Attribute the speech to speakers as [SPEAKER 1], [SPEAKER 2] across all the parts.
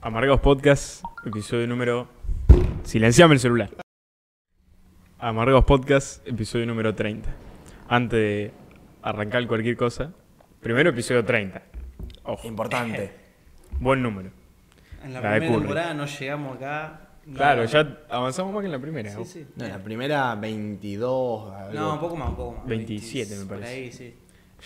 [SPEAKER 1] Amargados Podcast, episodio número. Silenciame el celular. Amargados Podcast, episodio número 30. Antes de arrancar cualquier cosa, primero episodio 30. Ojo,
[SPEAKER 2] Importante.
[SPEAKER 1] buen número.
[SPEAKER 3] En la,
[SPEAKER 1] La de
[SPEAKER 3] primera
[SPEAKER 1] Curry.
[SPEAKER 3] temporada no llegamos acá. No,
[SPEAKER 1] Claro, ya avanzamos más que en la primera.
[SPEAKER 3] Sí, sí.
[SPEAKER 2] No, la primera 22. algo.
[SPEAKER 3] No, un poco más, un poco más.
[SPEAKER 1] 27 me
[SPEAKER 3] por
[SPEAKER 1] parece.
[SPEAKER 3] ahí, sí.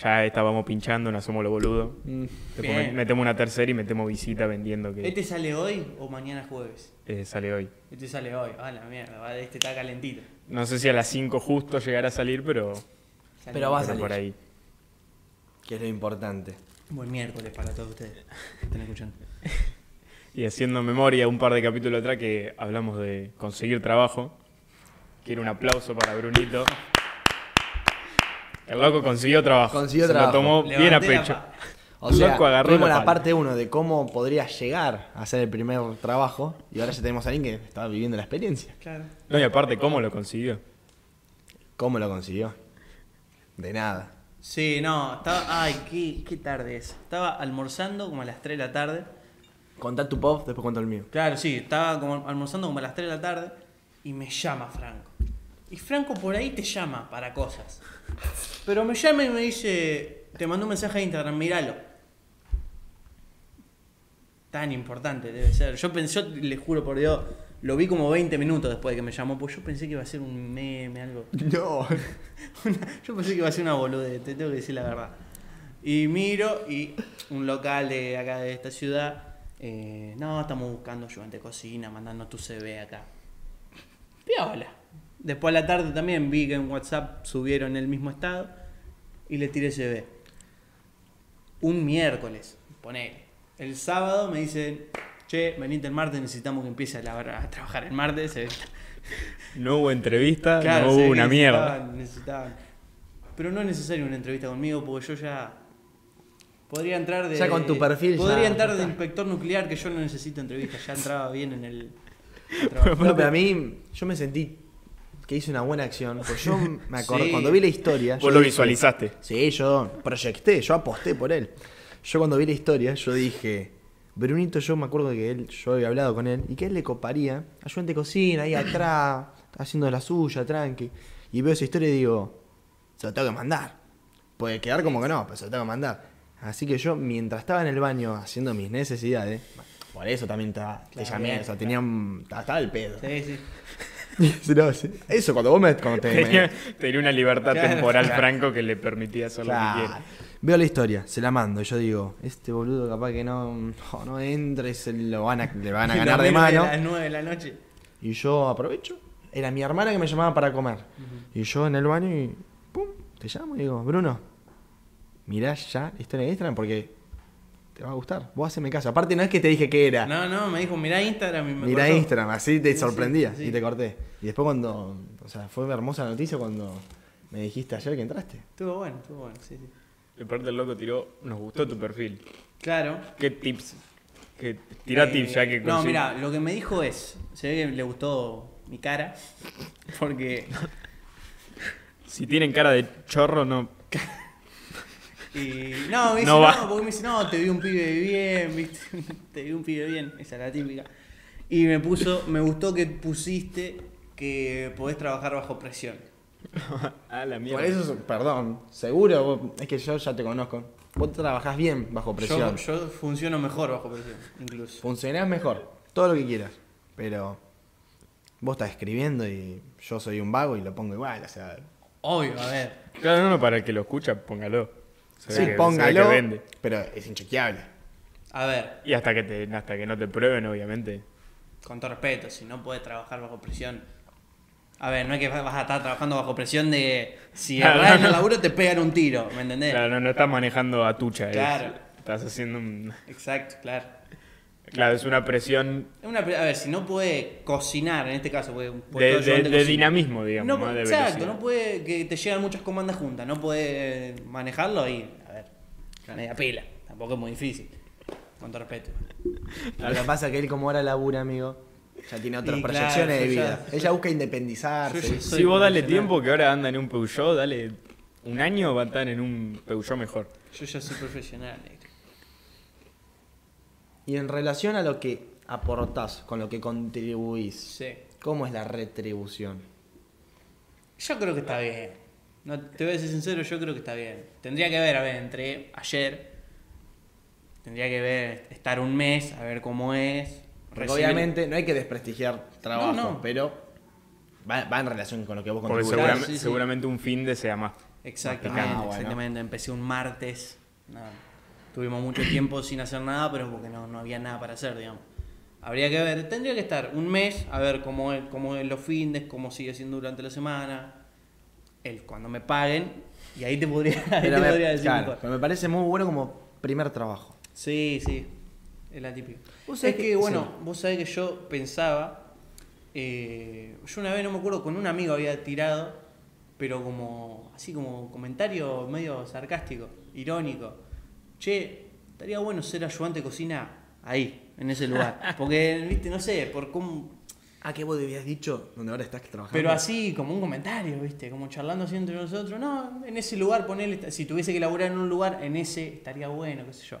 [SPEAKER 1] Ya estábamos pinchando, nos hacemos lo boludo. Después
[SPEAKER 3] Bien.
[SPEAKER 1] met- metemos una tercera y metemos visita vendiendo que
[SPEAKER 3] ¿Este sale hoy o mañana jueves?
[SPEAKER 1] eh, sale hoy.
[SPEAKER 3] Este sale hoy. Ah, la mierda, va, este está calentito.
[SPEAKER 1] No sé si a las 5 justo llegará a salir, pero,
[SPEAKER 3] Sale
[SPEAKER 2] Pero va a
[SPEAKER 1] pero
[SPEAKER 2] salir.
[SPEAKER 1] por ahí.
[SPEAKER 2] Que es lo importante.
[SPEAKER 3] Buen miércoles para todos ustedes. que Están escuchando.
[SPEAKER 1] Y haciendo memoria un par de capítulos atrás que hablamos de conseguir trabajo. Quiero un aplauso para Brunito. El loco consiguió trabajo.
[SPEAKER 2] Consiguió
[SPEAKER 1] Se
[SPEAKER 2] trabajo.
[SPEAKER 1] Lo tomó Oh, bien a
[SPEAKER 3] Levanté la
[SPEAKER 1] pecho.
[SPEAKER 3] pa-
[SPEAKER 2] O
[SPEAKER 1] El
[SPEAKER 2] sea,
[SPEAKER 1] loco agarró
[SPEAKER 2] tuvimos la
[SPEAKER 1] pala.
[SPEAKER 2] parte 1 de cómo podría llegar a ser el primer trabajo y ahora ya tenemos a alguien que está viviendo la experiencia.
[SPEAKER 3] Claro.
[SPEAKER 1] No, y aparte, ¿cómo lo consiguió?
[SPEAKER 2] ¿Cómo lo consiguió? De nada.
[SPEAKER 3] Sí, no, estaba. Ay, qué, qué tarde es. Estaba almorzando como a las 3 de la tarde.
[SPEAKER 2] Contá tu pop, después cuento el mío.
[SPEAKER 3] Claro, sí, estaba como almorzando como a las 3 de la tarde y me llama Franco. Y Franco por ahí te llama para cosas. Pero me llama y me dice, te mandó un mensaje a Instagram, míralo. Tan importante debe ser. Yo pensé, yo le juro por Dios, lo vi como 20 minutos después de que me llamó, porque yo pensé que iba a ser un meme, algo.
[SPEAKER 2] No.
[SPEAKER 3] Una- yo pensé que iba a ser una boludez, te tengo que decir la verdad. Y miro y un local de acá de esta ciudad. eh, no, estamos buscando ayudante de cocina, mandando tu CV acá. Piola. Después a la tarde también vi que en WhatsApp subieron el mismo estado y le tiré CV. Un miércoles, ponele. El sábado me dicen, che, venite el martes, necesitamos que empiece a, lavar- a trabajar el martes. Eh,
[SPEAKER 1] No hubo
[SPEAKER 2] Ah,
[SPEAKER 1] entrevista,
[SPEAKER 3] Claro,
[SPEAKER 1] no hubo
[SPEAKER 3] sí,
[SPEAKER 1] una mierda.
[SPEAKER 3] necesitaban- necesitaban. Pero no es necesario una entrevista conmigo porque yo ya. Podría entrar de.
[SPEAKER 2] Ya con tu perfil ya-
[SPEAKER 3] Podría entrar de inspector nuclear que yo no necesito entrevista. Ya entraba bien en el. al trabajo.
[SPEAKER 2] No, pero a mí, yo me sentí que hice una buena acción. Porque yo me acordé,
[SPEAKER 3] Sí.
[SPEAKER 2] cuando vi la historia. yo
[SPEAKER 1] Vos lo
[SPEAKER 2] dije-
[SPEAKER 1] visualizaste.
[SPEAKER 2] Sí, yo proyecté, yo aposté por él. Yo cuando vi la historia, yo dije, Brunito, yo me acuerdo que él, yo había hablado con él, y que él le coparía, ayudante de cocina, ahí atrás, haciendo la suya, tranqui. Y veo esa historia y digo, se lo tengo que mandar. Puede quedar como que no, pero se lo tengo que mandar. Así que yo, mientras estaba en el baño haciendo mis necesidades, por eso también estaba, te
[SPEAKER 3] Claro,
[SPEAKER 2] llamé,
[SPEAKER 3] bien,
[SPEAKER 2] o sea, tenía un- estaba el pedo.
[SPEAKER 3] Sí, sí.
[SPEAKER 2] No, sí. Eso, cuando vos me... Cuando te,
[SPEAKER 1] Tenía, tenía una libertad
[SPEAKER 3] Claro,
[SPEAKER 1] temporal, Franco, que le permitía hacer lo que
[SPEAKER 2] Claro.
[SPEAKER 1] quiera.
[SPEAKER 2] Veo la historia, se la mando. y Yo digo, este boludo capaz que no, no, no entra y se lo van a, le van a ganar de
[SPEAKER 3] Lo menos
[SPEAKER 2] mano.
[SPEAKER 3] A las 9 de la noche.
[SPEAKER 2] Y yo aprovecho. Era mi hermana que me llamaba para comer. Y yo en el baño y. ¡Pum! Te llamo y digo, Bruno, mirá ya la historia de Instagram porque te va a gustar. Vos haceme caso. Aparte, no es que te dije que era.
[SPEAKER 3] No, no, me dijo, mirá Instagram y me
[SPEAKER 2] Ah. Mirá
[SPEAKER 3] cortó.
[SPEAKER 2] Instagram, así te
[SPEAKER 3] Sí,
[SPEAKER 2] sorprendía
[SPEAKER 3] sí, sí.
[SPEAKER 2] y te corté. Y después cuando. O sea, fue una hermosa noticia cuando me dijiste ayer que entraste.
[SPEAKER 3] Estuvo bueno, estuvo bueno, sí, sí.
[SPEAKER 1] Y aparte, el loco tiró, nos gustó tu perfil.
[SPEAKER 3] Claro.
[SPEAKER 1] ¿Qué tips? ¿Qué, tira
[SPEAKER 3] Eh,
[SPEAKER 1] tips ya que
[SPEAKER 3] No,
[SPEAKER 1] consi-
[SPEAKER 3] mira, lo que me dijo es. Se ve que le gustó mi cara. Porque.
[SPEAKER 1] Si tienen cara de chorro, no.
[SPEAKER 3] Y no, me dice,
[SPEAKER 1] No
[SPEAKER 3] no,
[SPEAKER 1] va.
[SPEAKER 3] porque me dice, no, te vi un pibe bien, viste, te vi un pibe bien, esa es la típica. Y me puso, me gustó que pusiste que podés trabajar bajo presión.
[SPEAKER 1] ah, la mierda.
[SPEAKER 2] Por eso, perdón, seguro, vos- es que yo ya te conozco. Vos trabajás bien bajo presión.
[SPEAKER 3] Yo, yo funciono mejor bajo presión, incluso.
[SPEAKER 2] Funcionás mejor, todo lo que quieras. Pero vos estás escribiendo y yo soy un vago y lo pongo igual, o sea.
[SPEAKER 3] Obvio, a ver.
[SPEAKER 1] Claro, no, no, para el que lo escucha, póngalo. Se ve que-
[SPEAKER 2] Sí,
[SPEAKER 1] se ve que
[SPEAKER 2] póngalo,
[SPEAKER 1] vende.
[SPEAKER 2] pero es inchequeable.
[SPEAKER 3] A ver,
[SPEAKER 1] Y hasta que, te, hasta que no te prueben, obviamente.
[SPEAKER 3] con todo respeto, si no podés trabajar bajo presión. A ver, no es que vas a estar trabajando bajo presión de si
[SPEAKER 1] Claro,
[SPEAKER 3] errás en
[SPEAKER 1] no.
[SPEAKER 3] el laburo te pegan un tiro, ¿me entendés?
[SPEAKER 1] Claro, no, no estás manejando a tucha. es-
[SPEAKER 3] Claro.
[SPEAKER 1] estás haciendo un...
[SPEAKER 3] Exacto, claro.
[SPEAKER 1] Claro, es una presión
[SPEAKER 3] Es una pre- a ver, si no puede cocinar, en este caso, porque un puesto
[SPEAKER 1] de, de-
[SPEAKER 3] ayudante
[SPEAKER 1] de
[SPEAKER 3] cocina-
[SPEAKER 1] dinamismo, digamos.
[SPEAKER 3] No,
[SPEAKER 1] más de
[SPEAKER 3] exacto,
[SPEAKER 1] velocidad.
[SPEAKER 3] no puede que te llegan muchas comandas juntas, no puede manejarlo y, a ver, media pila, tampoco es muy difícil, con todo respeto.
[SPEAKER 2] Lo que pasa es que él, como ahora labura, amigo, ya tiene otras
[SPEAKER 3] Y claro,
[SPEAKER 2] proyecciones de
[SPEAKER 3] yo
[SPEAKER 2] vida.
[SPEAKER 3] ya-
[SPEAKER 2] Ella busca independizarse.
[SPEAKER 3] Yo ya-
[SPEAKER 1] Si
[SPEAKER 3] soy
[SPEAKER 1] vos dale
[SPEAKER 3] profesional.
[SPEAKER 1] tiempo, que ahora andan en un Peugeot, dale un año, va a estar en un Peugeot mejor.
[SPEAKER 3] Yo ya soy profesional, negro.
[SPEAKER 2] Y en relación a lo que aportás, con lo que contribuís,
[SPEAKER 3] Sí.
[SPEAKER 2] ¿cómo es la retribución?
[SPEAKER 3] Yo creo que está bien. No, te voy a ser sincero, yo creo que está bien. Tendría que ver, a ver, entre ayer. Tendría que ver, estar un mes, a ver cómo es.
[SPEAKER 2] Porque
[SPEAKER 3] recibir-
[SPEAKER 2] obviamente no hay que desprestigiar trabajo,
[SPEAKER 3] No, no.
[SPEAKER 2] pero va, va en relación con lo que vos
[SPEAKER 1] Porque
[SPEAKER 2] contribuyes.
[SPEAKER 1] seguramente,
[SPEAKER 3] sí, sí.
[SPEAKER 1] seguramente un fin de sea más.
[SPEAKER 3] Exactamente,
[SPEAKER 2] Ah, bueno.
[SPEAKER 3] exactamente. Empecé un martes. no, tuvimos mucho tiempo sin hacer nada, pero porque no, no había nada para hacer, digamos. Habría que ver, tendría que estar un mes a ver cómo es, cómo es los fines, cómo sigue siendo durante la semana, el cuando me paguen, y ahí te podría, ahí
[SPEAKER 2] Pero
[SPEAKER 3] te
[SPEAKER 2] me,
[SPEAKER 3] podría decir
[SPEAKER 2] claro,
[SPEAKER 3] mejor.
[SPEAKER 2] pero me parece muy bueno como primer trabajo.
[SPEAKER 3] Sí, sí, es la típica.
[SPEAKER 2] Vos sabés
[SPEAKER 3] es que,
[SPEAKER 2] que-
[SPEAKER 3] bueno,
[SPEAKER 2] sí.
[SPEAKER 3] vos sabés que yo pensaba, eh, yo una vez no me acuerdo, con un amigo había tirado, pero como, así como comentario medio sarcástico, irónico. Che, estaría bueno ser ayudante de cocina ahí, en ese lugar. Porque, viste, no sé, por cómo...
[SPEAKER 2] Ah, que vos habías dicho donde ahora estás trabajando.
[SPEAKER 3] Pero así, como un comentario, viste, como charlando así entre nosotros. No, en ese lugar ponerle, si tuviese que laburar en un lugar, en ese estaría bueno, qué sé yo.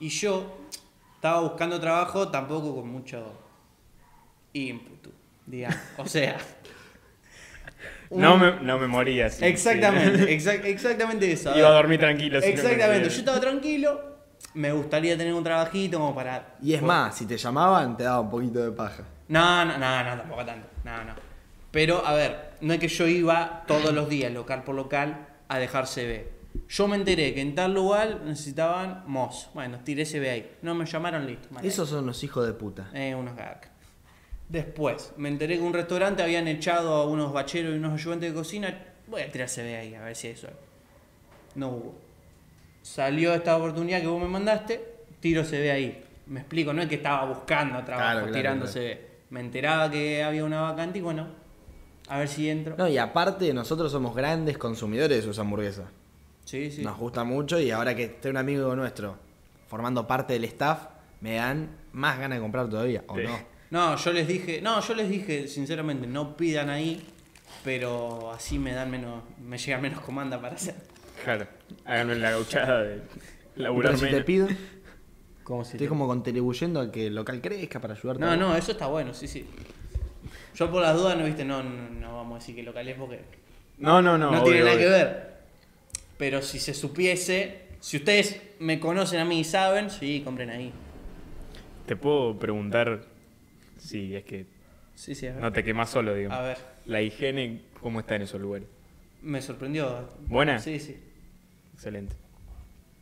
[SPEAKER 3] Y yo estaba buscando trabajo tampoco con mucho ímpetu, digamos. O sea,
[SPEAKER 1] No, me, no me moría. sí,
[SPEAKER 3] exactamente, exac- exactamente eso.
[SPEAKER 1] sí. Iba a dormir tranquilo. si no me
[SPEAKER 3] Exactamente,
[SPEAKER 1] moría.
[SPEAKER 3] yo estaba tranquilo, me gustaría tener un trabajito como para...
[SPEAKER 2] Y es más, si te llamaban, te daba un poquito de paja.
[SPEAKER 3] No, no, no, no, tampoco tanto. No, no. Pero, a ver, no es que yo iba todos los días, local por local, a dejar CV. Yo me enteré que en tal lugar necesitaban mozo. Bueno, tiré CV ahí. No me llamaron, listo. mal ahí.
[SPEAKER 2] Esos son los hijos de puta.
[SPEAKER 3] Eh, unos garcas. Después, me enteré que un restaurante habían echado a unos bacheros y unos ayudantes de cocina. Voy a tirar CV ahí, a ver si hay suerte. No hubo. Salió esta oportunidad que vos me mandaste, tiro CV ahí. Me explico, no es que estaba buscando trabajo,
[SPEAKER 2] Claro, claro,
[SPEAKER 3] tirando
[SPEAKER 2] claro.
[SPEAKER 3] CV. Me enteraba que había una vacante y bueno, a ver si entro.
[SPEAKER 2] No, y aparte nosotros somos grandes consumidores de sus hamburguesas.
[SPEAKER 3] Sí, sí.
[SPEAKER 2] Nos gusta mucho y ahora que esté un amigo nuestro formando parte del staff, me dan más ganas de comprar todavía, ¿o
[SPEAKER 1] Sí.
[SPEAKER 2] no?
[SPEAKER 3] No, yo les dije, no, yo les dije, sinceramente, no pidan ahí, pero así me dan menos, me llega menos comanda para hacer.
[SPEAKER 1] Claro, háganme la gauchada de laburar
[SPEAKER 2] Pero si te
[SPEAKER 1] menos.
[SPEAKER 2] pido,
[SPEAKER 3] Como si
[SPEAKER 2] estoy
[SPEAKER 3] te-
[SPEAKER 2] como contribuyendo a que el local crezca para ayudarte.
[SPEAKER 3] No, no, eso está bueno, sí, sí. Yo por las dudas no viste, no, no, no vamos a decir que local es porque
[SPEAKER 1] No, no,
[SPEAKER 3] no,
[SPEAKER 1] no.
[SPEAKER 3] tiene
[SPEAKER 1] obvio,
[SPEAKER 3] nada que
[SPEAKER 1] obvio.
[SPEAKER 3] ver. Pero si se supiese, si ustedes me conocen a mí y saben, sí, compren ahí.
[SPEAKER 1] Te puedo preguntar si es que
[SPEAKER 3] Sí, sí, a ver.
[SPEAKER 1] no te quemas solo, digo.
[SPEAKER 3] A ver,
[SPEAKER 1] La higiene, ¿cómo está en esos lugares?
[SPEAKER 3] me sorprendió.
[SPEAKER 1] ¿Buena?
[SPEAKER 3] Sí, sí.
[SPEAKER 1] Excelente.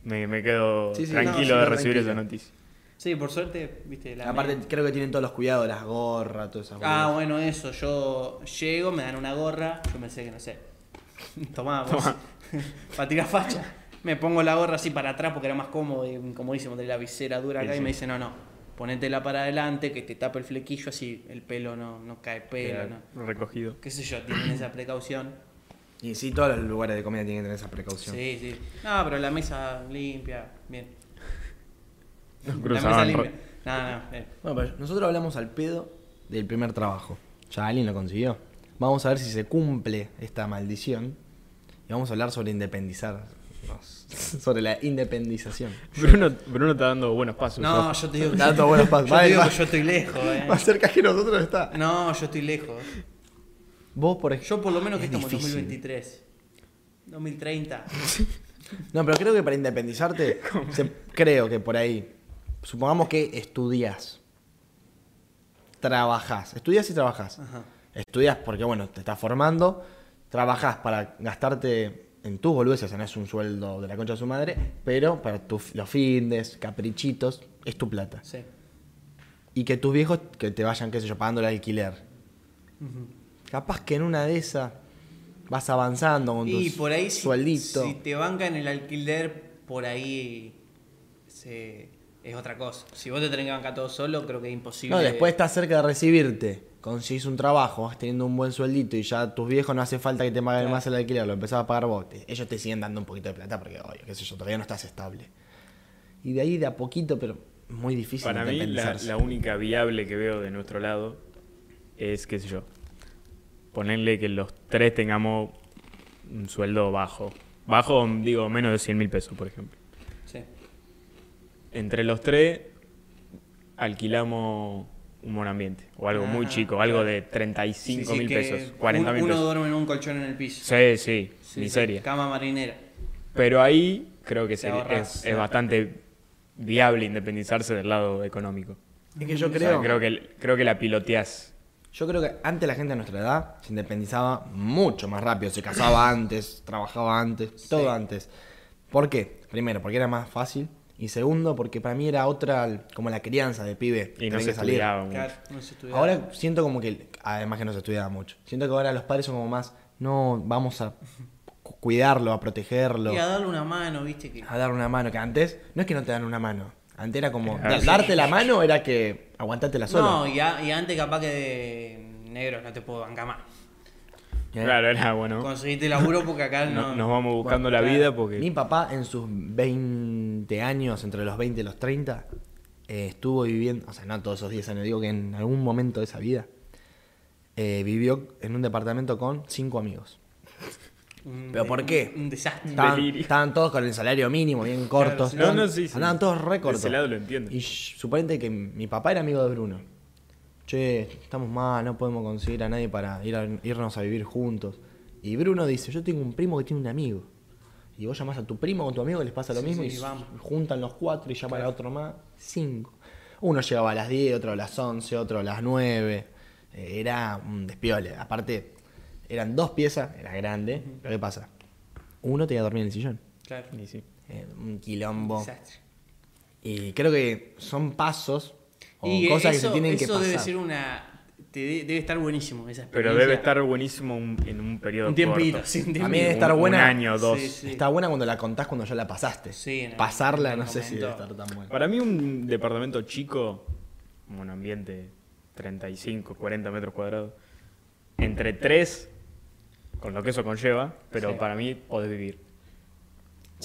[SPEAKER 1] Me, me quedo
[SPEAKER 2] Sí, sí,
[SPEAKER 1] tranquilo
[SPEAKER 2] no,
[SPEAKER 1] de
[SPEAKER 2] sí,
[SPEAKER 1] recibir
[SPEAKER 2] tranquilo.
[SPEAKER 1] esa noticia.
[SPEAKER 3] Sí, por suerte, viste, la
[SPEAKER 2] Aparte, creo que tienen todos los cuidados, las gorras, todas esas
[SPEAKER 3] Ah,
[SPEAKER 2] boludeces.
[SPEAKER 3] bueno, eso. Yo llego, me dan una gorra. Yo pensé que no sé. Tomá,
[SPEAKER 1] Tomá.
[SPEAKER 3] para tirar facha. Me pongo la gorra así para atrás porque era más cómodo. Y comodísimo, de la visera dura acá.
[SPEAKER 1] Sí,
[SPEAKER 3] y
[SPEAKER 1] sí.
[SPEAKER 3] me dice, no, no. Ponétela para adelante, que te tape el flequillo así. El pelo no, no cae pelo.
[SPEAKER 1] Queda
[SPEAKER 3] no.
[SPEAKER 1] Recogido.
[SPEAKER 3] Qué sé yo, tienen esa precaución.
[SPEAKER 2] Y sí, todos los lugares de comida tienen que tener esa precaución.
[SPEAKER 3] Sí, sí. No, pero la mesa limpia. Bien.
[SPEAKER 1] Nos
[SPEAKER 3] La mesa
[SPEAKER 1] cruzaban
[SPEAKER 3] limpia.
[SPEAKER 1] ro-
[SPEAKER 3] No, no. bien.
[SPEAKER 2] Bueno, pero nosotros hablamos al pedo del primer trabajo. Ya alguien lo consiguió. Vamos a ver si se cumple esta maldición. Y vamos a hablar sobre independizar. sobre la independización.
[SPEAKER 1] Bruno, Bruno está dando buenos pasos.
[SPEAKER 3] No,
[SPEAKER 1] ojo.
[SPEAKER 3] yo te digo que,
[SPEAKER 2] Dato buenos
[SPEAKER 3] yo,
[SPEAKER 2] pasos.
[SPEAKER 3] te
[SPEAKER 2] Vale,
[SPEAKER 3] digo
[SPEAKER 2] va.
[SPEAKER 3] que yo estoy lejos. eh.
[SPEAKER 2] Más cerca que nosotros está.
[SPEAKER 3] No, yo estoy lejos.
[SPEAKER 2] Vos, por ejemplo.
[SPEAKER 3] Yo por lo menos que
[SPEAKER 2] Es
[SPEAKER 3] estamos en
[SPEAKER 2] difícil.
[SPEAKER 3] 2023. 2030.
[SPEAKER 2] No, pero creo que para independizarte, se- creo que por ahí. Supongamos que estudias. Trabajás. Estudias y trabajás.
[SPEAKER 3] Ajá.
[SPEAKER 2] Estudias porque, bueno, te estás formando. Trabajás para gastarte en tus boludeces. O sea, no es un sueldo de la concha de su madre. Pero para tus los fines, caprichitos, es tu plata.
[SPEAKER 3] Sí.
[SPEAKER 2] Y que tus viejos que te vayan, qué sé yo, pagando el alquiler. Capaz que en una de esas vas avanzando con
[SPEAKER 3] Y
[SPEAKER 2] tus
[SPEAKER 3] por ahí si,
[SPEAKER 2] suelditos.
[SPEAKER 3] si te bancan el alquiler, por ahí se- es otra cosa. Si vos te tenés que bancar todo solo, creo que es imposible.
[SPEAKER 2] No, después estás cerca de recibirte, conseguís un trabajo, vas teniendo un buen sueldito y ya tus viejos no hace falta que te paguen
[SPEAKER 3] Claro.
[SPEAKER 2] más el alquiler, lo empezás a pagar vos. Te- Ellos te siguen dando un poquito de plata porque, oye, qué sé yo, todavía no estás estable. Y de ahí de a poquito, pero es muy difícil
[SPEAKER 1] Para mí, la,
[SPEAKER 2] independizarse.
[SPEAKER 1] la única viable que veo de nuestro lado es, qué sé yo, ponerle que los tres tengamos un sueldo bajo. Bajo, digo, menos de 100 mil pesos, por ejemplo.
[SPEAKER 3] Sí.
[SPEAKER 1] Entre los tres, alquilamos un monoambiente o algo muy
[SPEAKER 3] Ah,
[SPEAKER 1] chico, algo
[SPEAKER 3] claro.
[SPEAKER 1] de 35 mil
[SPEAKER 3] que
[SPEAKER 1] pesos,
[SPEAKER 3] un-
[SPEAKER 1] 40 mil
[SPEAKER 3] Uno
[SPEAKER 1] pesos.
[SPEAKER 3] duerme en un colchón en el piso.
[SPEAKER 1] Sí, sí,
[SPEAKER 3] Sí,
[SPEAKER 1] miseria.
[SPEAKER 3] Cama marinera.
[SPEAKER 1] Pero ahí creo que se-
[SPEAKER 3] ahorras
[SPEAKER 1] es,
[SPEAKER 3] la
[SPEAKER 1] es bastante viable independizarse del lado económico.
[SPEAKER 2] Es que yo
[SPEAKER 1] O sea,
[SPEAKER 2] creo,
[SPEAKER 1] creo, que, creo que la piloteás.
[SPEAKER 2] yo creo que antes la gente de nuestra edad se independizaba mucho más rápido, se casaba antes, trabajaba antes, todo antes. ¿Por qué? Primero, porque era más fácil. Y segundo, porque para mí era otra, como la crianza de pibe.
[SPEAKER 1] Y no
[SPEAKER 2] tenés
[SPEAKER 1] se
[SPEAKER 2] que salir.
[SPEAKER 1] estudiaba mucho.
[SPEAKER 3] Claro, no se estudia.
[SPEAKER 2] Ahora siento como que, además que no se estudiaba mucho, siento que ahora los padres son como más, no, vamos a cu- cuidarlo, a protegerlo,
[SPEAKER 3] Y a darle una mano, viste que.
[SPEAKER 1] Ah,
[SPEAKER 2] a dar una mano, que antes, no es que no te dan una mano, antes era como,
[SPEAKER 1] Claro.
[SPEAKER 2] da- darte la mano era que aguantátela sola.
[SPEAKER 3] No, y, a- y antes capaz que de negros no te puedo bancar más.
[SPEAKER 2] Eh,
[SPEAKER 1] Claro, era bueno.
[SPEAKER 3] Conseguiste laburo porque acá
[SPEAKER 1] no-
[SPEAKER 3] no.
[SPEAKER 1] nos vamos buscando la
[SPEAKER 3] claro.
[SPEAKER 1] vida porque
[SPEAKER 2] Mi papá en sus 20 años, entre los 20 y los 30, eh, estuvo viviendo, o sea, no todos esos 10 años, digo que en algún momento de esa vida, eh, vivió en un departamento con cinco amigos.
[SPEAKER 3] Un-
[SPEAKER 2] ¿Pero por qué?
[SPEAKER 3] Un desastre.
[SPEAKER 2] Estaban,
[SPEAKER 1] Delirio.
[SPEAKER 2] estaban todos con el salario mínimo, bien cortos.
[SPEAKER 1] No,
[SPEAKER 2] Estaban-
[SPEAKER 1] no, sí, sí.
[SPEAKER 2] Andaban todos
[SPEAKER 1] De
[SPEAKER 2] re
[SPEAKER 1] ese
[SPEAKER 2] cortos.
[SPEAKER 1] lado lo entiendo.
[SPEAKER 2] Y sh- suponete que mi papá era amigo de Bruno. Che, estamos mal, no podemos conseguir a nadie para ir a- irnos a vivir juntos. Y Bruno dice, yo tengo un primo que tiene un amigo. Y vos llamás a tu primo o a tu amigo, les pasa lo
[SPEAKER 3] Sí,
[SPEAKER 2] mismo
[SPEAKER 3] sí,
[SPEAKER 2] y s-
[SPEAKER 3] vamos.
[SPEAKER 2] juntan los cuatro y llaman a otro más. Cinco. Uno llegaba a las 10, otro a las 11, otro a las 9. Eh, Era un despiole. Aparte, eran dos piezas, era grande. Pero ¿qué pasa? Uno tenía que dormir en el sillón.
[SPEAKER 3] Claro.
[SPEAKER 1] Y sí.
[SPEAKER 2] Eh, un quilombo.
[SPEAKER 3] Desastre.
[SPEAKER 2] Y creo que son pasos o
[SPEAKER 3] Y
[SPEAKER 2] cosas
[SPEAKER 3] eso,
[SPEAKER 2] que se tienen que
[SPEAKER 3] eso
[SPEAKER 2] pasar.
[SPEAKER 3] debe ser una. te de- debe estar buenísimo esa experiencia.
[SPEAKER 1] Pero debe estar buenísimo un- en un periodo
[SPEAKER 3] Un tiempito,
[SPEAKER 1] corto.
[SPEAKER 3] sí, un tiempito.
[SPEAKER 2] A mí debe
[SPEAKER 1] Un-
[SPEAKER 2] estar buena.
[SPEAKER 1] Un año, dos.
[SPEAKER 3] Sí, sí.
[SPEAKER 2] Está buena cuando la contás cuando ya la pasaste.
[SPEAKER 3] Sí, en algún
[SPEAKER 2] Pasarla no sé si debe
[SPEAKER 3] momento.
[SPEAKER 2] estar tan buena.
[SPEAKER 1] Para mí un departamento chico, un ambiente 35, 40 metros cuadrados, entre 3, con lo que eso conlleva, pero
[SPEAKER 3] Sí.
[SPEAKER 1] para mí podés vivir.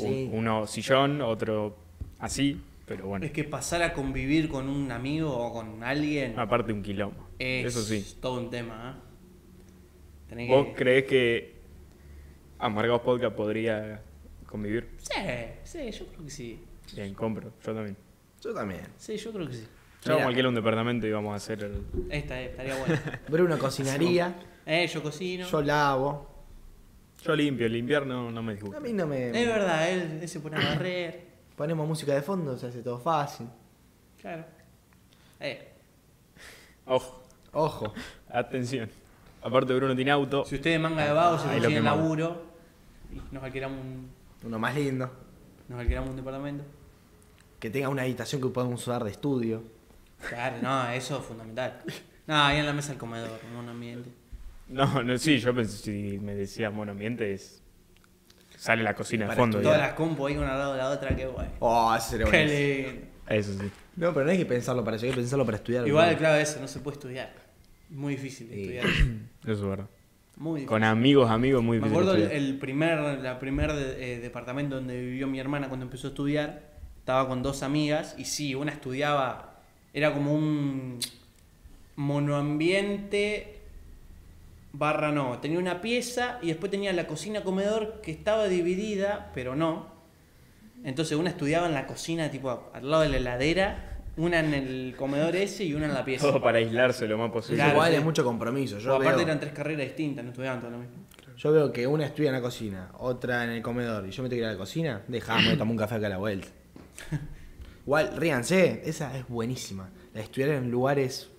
[SPEAKER 1] Un-
[SPEAKER 2] Sí.
[SPEAKER 1] Uno sillón, otro así, pero bueno.
[SPEAKER 3] Es que pasar a convivir con un amigo o con alguien
[SPEAKER 1] Aparte un quilombo.
[SPEAKER 3] es
[SPEAKER 1] Ah, Eso sí.
[SPEAKER 3] todo un tema. ¿eh? Tenés
[SPEAKER 1] ¿Vos
[SPEAKER 3] que-
[SPEAKER 1] creés que Amargados Podcast podría convivir?
[SPEAKER 3] Sí, sí, yo creo que sí.
[SPEAKER 1] Bien, compro, yo también.
[SPEAKER 2] Yo también.
[SPEAKER 3] Sí, yo creo que sí.
[SPEAKER 1] Ya vamos a
[SPEAKER 2] Mirá.
[SPEAKER 1] alquilar un departamento y vamos a hacer el...
[SPEAKER 3] Esta eh, estaría buena.
[SPEAKER 2] Bruno cocinaría,
[SPEAKER 3] eh, yo cocino.
[SPEAKER 2] yo lavo.
[SPEAKER 1] Yo limpio, limpiar no, no me disgusta.
[SPEAKER 2] A mí no me.
[SPEAKER 3] Es verdad, él, él se pone a barrer.
[SPEAKER 2] Ponemos música de fondo, se hace todo fácil.
[SPEAKER 3] Claro. Eh,
[SPEAKER 1] Ojo,
[SPEAKER 2] Ojo.
[SPEAKER 1] atención. Aparte Bruno tiene auto.
[SPEAKER 3] si ustedes manga de vago se
[SPEAKER 1] Ahí lo
[SPEAKER 3] consiguen
[SPEAKER 1] quemamos.
[SPEAKER 3] laburo, y nos alquilamos un,
[SPEAKER 2] Uno más lindo.
[SPEAKER 3] nos alquilamos un departamento.
[SPEAKER 2] Que tenga una habitación que podamos usar de estudio.
[SPEAKER 3] Claro, no, eso es fundamental. No, ahí en la mesa del comedor, en un ambiente.
[SPEAKER 1] No, no, sí, yo pensé, si me decías buen ambiente es... Sale la cocina de
[SPEAKER 2] Para
[SPEAKER 1] fondo.
[SPEAKER 3] Todas
[SPEAKER 2] ya.
[SPEAKER 3] las compu ahí una al lado de la otra, qué bueno.
[SPEAKER 2] Oh, ese sería
[SPEAKER 3] Qué
[SPEAKER 2] bueno.
[SPEAKER 3] lindo.
[SPEAKER 1] ya. Eso sí.
[SPEAKER 2] No, pero no hay que pensarlo para eso, hay que pensarlo para estudiar.
[SPEAKER 3] Igual,
[SPEAKER 2] boludo.
[SPEAKER 3] claro, eso, no se puede estudiar. Muy difícil
[SPEAKER 2] Sí.
[SPEAKER 3] estudiar. eso.
[SPEAKER 1] Eso es verdad.
[SPEAKER 3] Muy difícil.
[SPEAKER 1] Con amigos, amigos, muy
[SPEAKER 3] Me
[SPEAKER 1] difícil
[SPEAKER 3] acuerdo el,
[SPEAKER 1] estudiar.
[SPEAKER 3] el primer, la primer de- eh, departamento donde vivió mi hermana cuando empezó a estudiar. Estaba con dos amigas y sí, una estudiaba. Era como un monoambiente barra no. Tenía una pieza y después tenía la cocina comedor que estaba dividida, pero no. Entonces una estudiaba en la cocina, tipo al lado de la heladera, una en el comedor ese y una en la pieza.
[SPEAKER 1] Todo para aislarse lo más posible.
[SPEAKER 3] Claro,
[SPEAKER 2] Igual
[SPEAKER 3] sí.
[SPEAKER 2] es mucho compromiso.
[SPEAKER 3] O
[SPEAKER 2] Oh, Yo
[SPEAKER 3] aparte
[SPEAKER 2] veo,
[SPEAKER 3] eran tres carreras distintas, no estudiaban todo lo mismo.
[SPEAKER 2] yo veo que una estudia en la cocina, otra en el comedor y yo me tengo que ir a la cocina. Dejame, tomo un café acá a la vuelta. Igual, ríanse, esa es buenísima. La de estudiar en lugares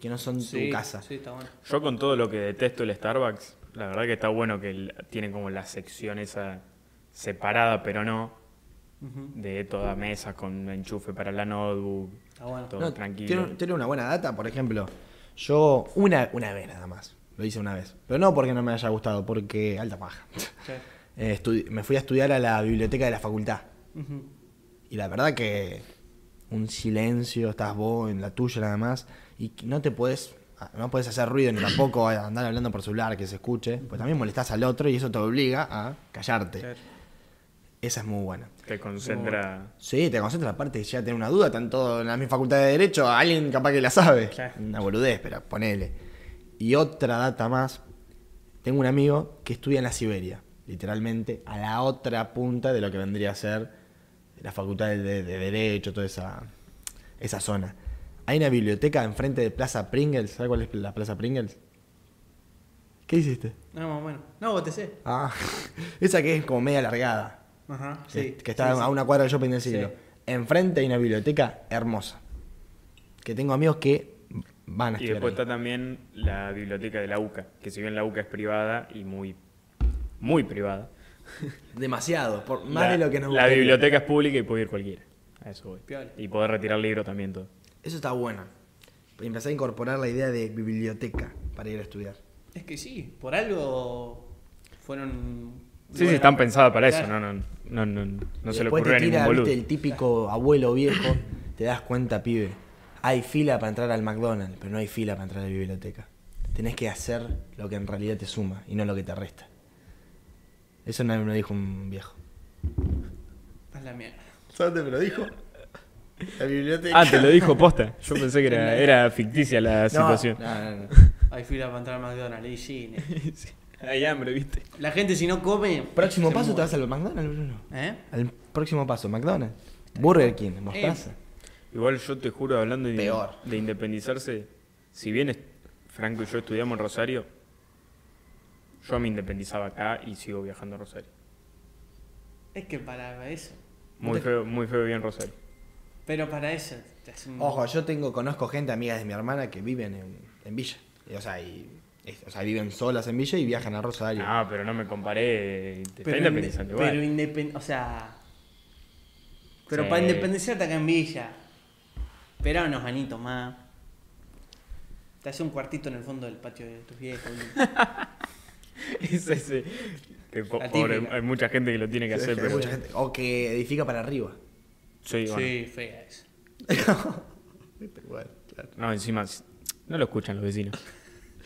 [SPEAKER 2] que no son
[SPEAKER 3] Sí,
[SPEAKER 2] tu casa.
[SPEAKER 3] Sí, está bueno.
[SPEAKER 1] Yo con todo lo que detesto el Starbucks, la verdad que está bueno que el- tienen como la sección esa separada, pero no,
[SPEAKER 3] Ujú,
[SPEAKER 1] de toda mesa con enchufe para la notebook,
[SPEAKER 3] Está bueno.
[SPEAKER 1] todo
[SPEAKER 2] No,
[SPEAKER 1] tranquilo.
[SPEAKER 2] Tiene, tiene una buena data, por ejemplo. Yo, una, una vez nada más, lo hice una vez. Pero no porque no me haya gustado, porque alta paja.
[SPEAKER 3] Claro.
[SPEAKER 2] Eh, estu- me fui a estudiar a la biblioteca de la facultad.
[SPEAKER 3] Ujú.
[SPEAKER 2] Y la verdad que un silencio, estás vos en la tuya nada más, y que no te puedes no puedes hacer ruido ni tampoco andar hablando por celular que se escuche, pues también molestás al otro y eso te obliga a callarte.
[SPEAKER 3] Claro.
[SPEAKER 2] Esa es muy buena.
[SPEAKER 1] Te concentra.
[SPEAKER 2] Sí, te concentras, aparte ya tenés una duda, tanto en la misma facultad de Derecho, alguien capaz que la sabe.
[SPEAKER 3] Claro.
[SPEAKER 2] Una boludez, pero ponele. Y otra data más, tengo un amigo que estudia en la Siberia, literalmente a la otra punta de lo que vendría a ser la facultad de, de Derecho, toda esa, esa zona. Hay una biblioteca enfrente de Plaza Pringles. ¿Sabes cuál es la Plaza Pringles? ¿Qué hiciste?
[SPEAKER 3] No, más o menos. No, botecé.
[SPEAKER 2] Ah, esa que es como media alargada.
[SPEAKER 3] Ajá,
[SPEAKER 2] que,
[SPEAKER 3] sí.
[SPEAKER 2] que está
[SPEAKER 3] sí,
[SPEAKER 2] a
[SPEAKER 3] sí.
[SPEAKER 2] una cuadra del shopping del siglo.
[SPEAKER 3] Sí.
[SPEAKER 2] Enfrente hay una biblioteca hermosa. Que tengo amigos que van a
[SPEAKER 1] Y
[SPEAKER 2] estudiar
[SPEAKER 1] después
[SPEAKER 2] ahí.
[SPEAKER 1] está también la biblioteca de la UCA, que si bien la UCA es privada y muy, muy privada,
[SPEAKER 2] Demasiado, por más
[SPEAKER 1] la,
[SPEAKER 2] de lo que nos
[SPEAKER 1] la
[SPEAKER 2] gustaría.
[SPEAKER 1] biblioteca es pública y puede ir cualquiera. A eso voy.
[SPEAKER 3] Piola.
[SPEAKER 1] Y poder retirar libros también todo.
[SPEAKER 2] Eso está bueno. Empezar a incorporar la idea de biblioteca para ir a estudiar.
[SPEAKER 3] Es que sí, por algo fueron.
[SPEAKER 1] Sí, sí, están pensadas para eso, no, no, no, no, no
[SPEAKER 2] Y
[SPEAKER 1] se le
[SPEAKER 2] después
[SPEAKER 1] ocurrió a
[SPEAKER 2] te
[SPEAKER 1] ningún
[SPEAKER 2] tira,
[SPEAKER 1] boludo.
[SPEAKER 2] viste, el típico abuelo viejo, te das cuenta, pibe. Hay fila para entrar al McDonald's, pero no hay fila para entrar a la biblioteca. Tenés que hacer lo que en realidad te suma y no lo que te resta. Eso no me lo dijo un viejo.
[SPEAKER 3] A la mierda.
[SPEAKER 2] ¿Sabes dónde me lo dijo? La biblioteca.
[SPEAKER 1] Ah, te lo dijo posta. Yo pensé que era, era ficticia Ah, la situación.
[SPEAKER 2] No, no, no.
[SPEAKER 3] Hay fila para entrar a McDonald's y cine.
[SPEAKER 1] Sí. Hay hambre, viste.
[SPEAKER 3] La gente, si no come.
[SPEAKER 2] Próximo
[SPEAKER 3] se
[SPEAKER 2] paso te
[SPEAKER 3] muere.
[SPEAKER 2] vas al McDonald's, Bruno.
[SPEAKER 3] ¿Eh?
[SPEAKER 2] Al próximo paso, McDonald's. Burger King, mostaza.
[SPEAKER 1] Igual yo te juro, hablando de,
[SPEAKER 2] Peor.
[SPEAKER 1] de independizarse, si bien es- Franco y yo estudiamos en Rosario, yo me independizaba acá y sigo viajando a Rosario.
[SPEAKER 3] Es que para eso.
[SPEAKER 1] Muy feo, muy feo bien Rosario.
[SPEAKER 3] Pero para eso. te hacen-
[SPEAKER 2] Ojo, yo tengo, conozco gente, amigas de mi hermana, que viven en, en Villa. Y, O sea, y- es- o sea, viven solas en Villa y viajan a Rosario.
[SPEAKER 1] Ah, pero no me comparé. Te está
[SPEAKER 3] Pero,
[SPEAKER 1] independizando
[SPEAKER 3] inde-
[SPEAKER 1] igual.
[SPEAKER 3] pero independ- O sea. Pero
[SPEAKER 1] Sí.
[SPEAKER 3] para independizarte acá en Villa. Espera unos anitos más. Te hace un cuartito en el fondo del patio de tus viejos.
[SPEAKER 1] Es ese- que po-
[SPEAKER 3] La
[SPEAKER 1] pobre,
[SPEAKER 3] típica.
[SPEAKER 1] hay mucha gente que lo tiene que hacer,
[SPEAKER 2] Hay
[SPEAKER 1] pero.
[SPEAKER 2] mucha gente- o que edifica para arriba.
[SPEAKER 1] Sí, bueno.
[SPEAKER 3] sí, fea eso.
[SPEAKER 1] No, encima, s- no lo escuchan los vecinos.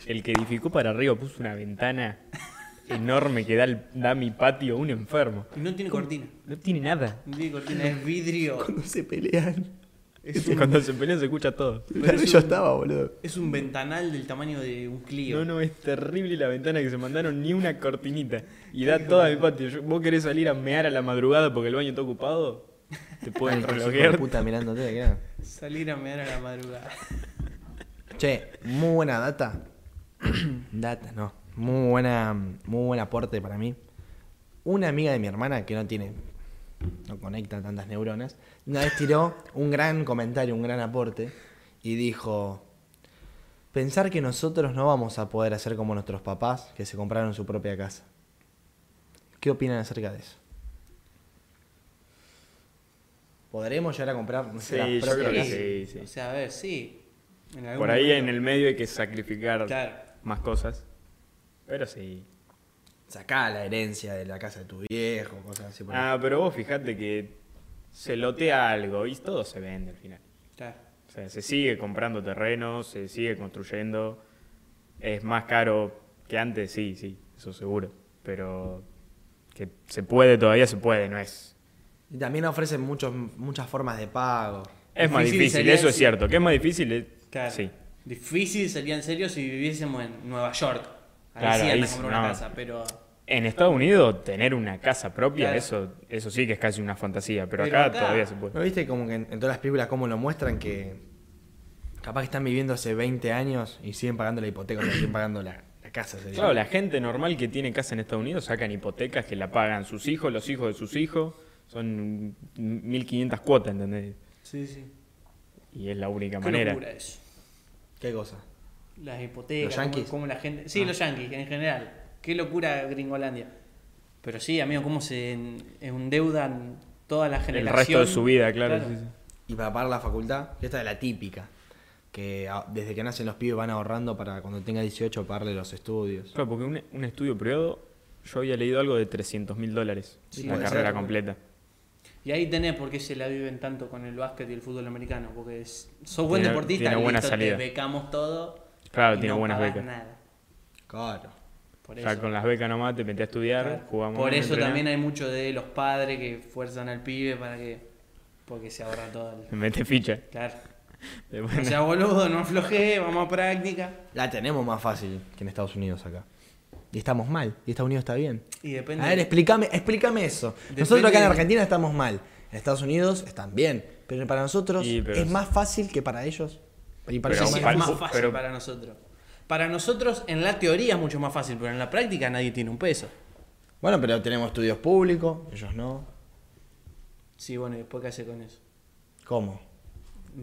[SPEAKER 1] El que edificó para arriba puso una ventana enorme que da, al- da a mi patio un enfermo.
[SPEAKER 3] Y no tiene cortina.
[SPEAKER 1] No tiene nada.
[SPEAKER 3] No tiene cortina, es vidrio.
[SPEAKER 2] Cuando se pelean.
[SPEAKER 1] Cuando se pelean se escucha todo.
[SPEAKER 2] Claro, yo estaba, boludo.
[SPEAKER 3] Es un ventanal del tamaño de un Clio.
[SPEAKER 1] No, no, es terrible la ventana que se mandaron, ni una cortinita. Y da toda mi patio. Yo- vos querés salir a mear a la madrugada porque el baño está ocupado, te pueden
[SPEAKER 2] Hijo de
[SPEAKER 1] relojear.
[SPEAKER 2] puta mirándote, claro.
[SPEAKER 3] Salir a mear a la madrugada.
[SPEAKER 2] Che, muy buena data. data, no. Muy buena, muy buen aporte para mí. Una amiga de mi hermana que no tiene, no conecta tantas neuronas, una vez tiró un gran comentario, un gran aporte y dijo: pensar que nosotros no vamos a poder hacer como nuestros papás que se compraron su propia casa. ¿Qué opinan acerca de eso? ¿Podremos llegar a comprar nuestra
[SPEAKER 1] Sí, yo
[SPEAKER 2] propia
[SPEAKER 1] creo que
[SPEAKER 2] casa?
[SPEAKER 1] sí, sí.
[SPEAKER 3] O sea, a ver, sí. En algún
[SPEAKER 1] Por ahí
[SPEAKER 3] momento-
[SPEAKER 1] en el medio hay que sacrificar
[SPEAKER 3] Claro.
[SPEAKER 1] más cosas. Pero sí.
[SPEAKER 2] Sacá la herencia de la casa de tu viejo, cosas así. por ahí.
[SPEAKER 1] Ah, pero vos fijate que se lotea algo y todo se vende al final.
[SPEAKER 3] Claro.
[SPEAKER 1] O sea, se sigue comprando terreno, se sigue construyendo. Es más caro que antes, sí, sí, eso seguro. Pero que se puede, todavía se puede, no es.
[SPEAKER 2] Y también ofrecen muchos, muchas formas de pago.
[SPEAKER 1] Es más
[SPEAKER 3] Difícil
[SPEAKER 1] difícil,
[SPEAKER 3] sería
[SPEAKER 1] eso es
[SPEAKER 3] si-
[SPEAKER 1] cierto. Que es más difícil, es-
[SPEAKER 3] Claro.
[SPEAKER 1] sí.
[SPEAKER 3] Difícil sería en serio si viviésemos en Nueva York. Ahí
[SPEAKER 1] Claro,
[SPEAKER 3] sí
[SPEAKER 1] ahí
[SPEAKER 3] andas a
[SPEAKER 1] sí,
[SPEAKER 3] comprar una
[SPEAKER 1] no.
[SPEAKER 3] casa, pero.
[SPEAKER 1] En Estados Unidos, tener una casa propia,
[SPEAKER 3] Claro.
[SPEAKER 1] eso, eso sí que es casi una fantasía. Pero,
[SPEAKER 3] Pero
[SPEAKER 1] acá,
[SPEAKER 3] acá-
[SPEAKER 1] todavía se puede.
[SPEAKER 2] ¿No viste como que en, en todas las películas cómo lo muestran que capaz que están viviendo hace 20 años y siguen pagando la hipoteca, o sea, siguen pagando la, la casa? sería?
[SPEAKER 1] Claro, la gente normal que tiene casa en Estados Unidos sacan hipotecas que la pagan sus hijos, los hijos de sus hijos. Son 1.500 cuotas, ¿entendés?
[SPEAKER 3] Sí, sí.
[SPEAKER 1] Y es la única
[SPEAKER 3] Qué
[SPEAKER 1] manera.
[SPEAKER 3] locura eso.
[SPEAKER 2] ¿Qué cosa?
[SPEAKER 3] Las hipotecas.
[SPEAKER 2] ¿Los
[SPEAKER 3] cómo-
[SPEAKER 2] yanquis?
[SPEAKER 3] cómo la gente.
[SPEAKER 1] Ah.
[SPEAKER 3] Sí, los yanquis en general. Qué locura Gringolandia. Pero sí, amigo, cómo se en- endeudan toda la
[SPEAKER 1] El
[SPEAKER 3] generación.
[SPEAKER 1] resto de su vida, claro. sí, sí.
[SPEAKER 2] Y para pagar la facultad, que esta es la típica. Que a- desde que nacen los pibes van ahorrando para cuando tenga 18 pagarle los estudios.
[SPEAKER 1] Claro, porque un, un estudio privado, yo había leído algo de 300 mil dólares
[SPEAKER 2] Sí,
[SPEAKER 1] la
[SPEAKER 2] puede
[SPEAKER 1] carrera
[SPEAKER 2] ser.
[SPEAKER 1] completa.
[SPEAKER 3] Y ahí tenés por qué se la viven tanto con el básquet y el fútbol americano. Porque es- sos buen
[SPEAKER 1] Tiene-
[SPEAKER 3] deportista,
[SPEAKER 1] tiene buena
[SPEAKER 3] listo,
[SPEAKER 1] salida.
[SPEAKER 3] te becamos todo.
[SPEAKER 1] Claro,
[SPEAKER 3] y
[SPEAKER 1] tiene
[SPEAKER 3] no
[SPEAKER 1] buenas
[SPEAKER 3] pagás
[SPEAKER 1] becas.
[SPEAKER 3] nada.
[SPEAKER 2] Claro.
[SPEAKER 3] Por
[SPEAKER 1] Ya
[SPEAKER 3] eso.
[SPEAKER 1] con las becas nomás te metí a estudiar, jugamos.
[SPEAKER 3] Por eso también hay mucho de los padres que fuerzan al pibe para que. Porque se ahorra todo el.
[SPEAKER 1] Me mete ficha.
[SPEAKER 3] Claro.
[SPEAKER 1] Después-
[SPEAKER 3] O sea, boludo, no afloje, vamos a práctica.
[SPEAKER 2] La tenemos más fácil que en Estados Unidos acá. Y estamos mal. Y Estados Unidos está bien.
[SPEAKER 3] Y depende.
[SPEAKER 2] A ver, explícame, explícame eso. Nosotros
[SPEAKER 3] Depende
[SPEAKER 2] acá en
[SPEAKER 3] de-
[SPEAKER 2] Argentina estamos mal. En Estados Unidos están bien. Pero para nosotros
[SPEAKER 1] Y, pero
[SPEAKER 2] es
[SPEAKER 1] es-
[SPEAKER 2] más fácil que para ellos. Y
[SPEAKER 3] Pero
[SPEAKER 1] Pero
[SPEAKER 2] parece
[SPEAKER 3] sí,
[SPEAKER 1] fal-
[SPEAKER 3] es más
[SPEAKER 1] fu-
[SPEAKER 3] fácil
[SPEAKER 1] pero-
[SPEAKER 3] para nosotros. Para nosotros, en la teoría es mucho más fácil, pero en la práctica nadie tiene un peso.
[SPEAKER 2] Bueno, pero tenemos estudios públicos, ellos no.
[SPEAKER 3] Sí, bueno, ¿y después qué hace con eso?
[SPEAKER 2] ¿Cómo?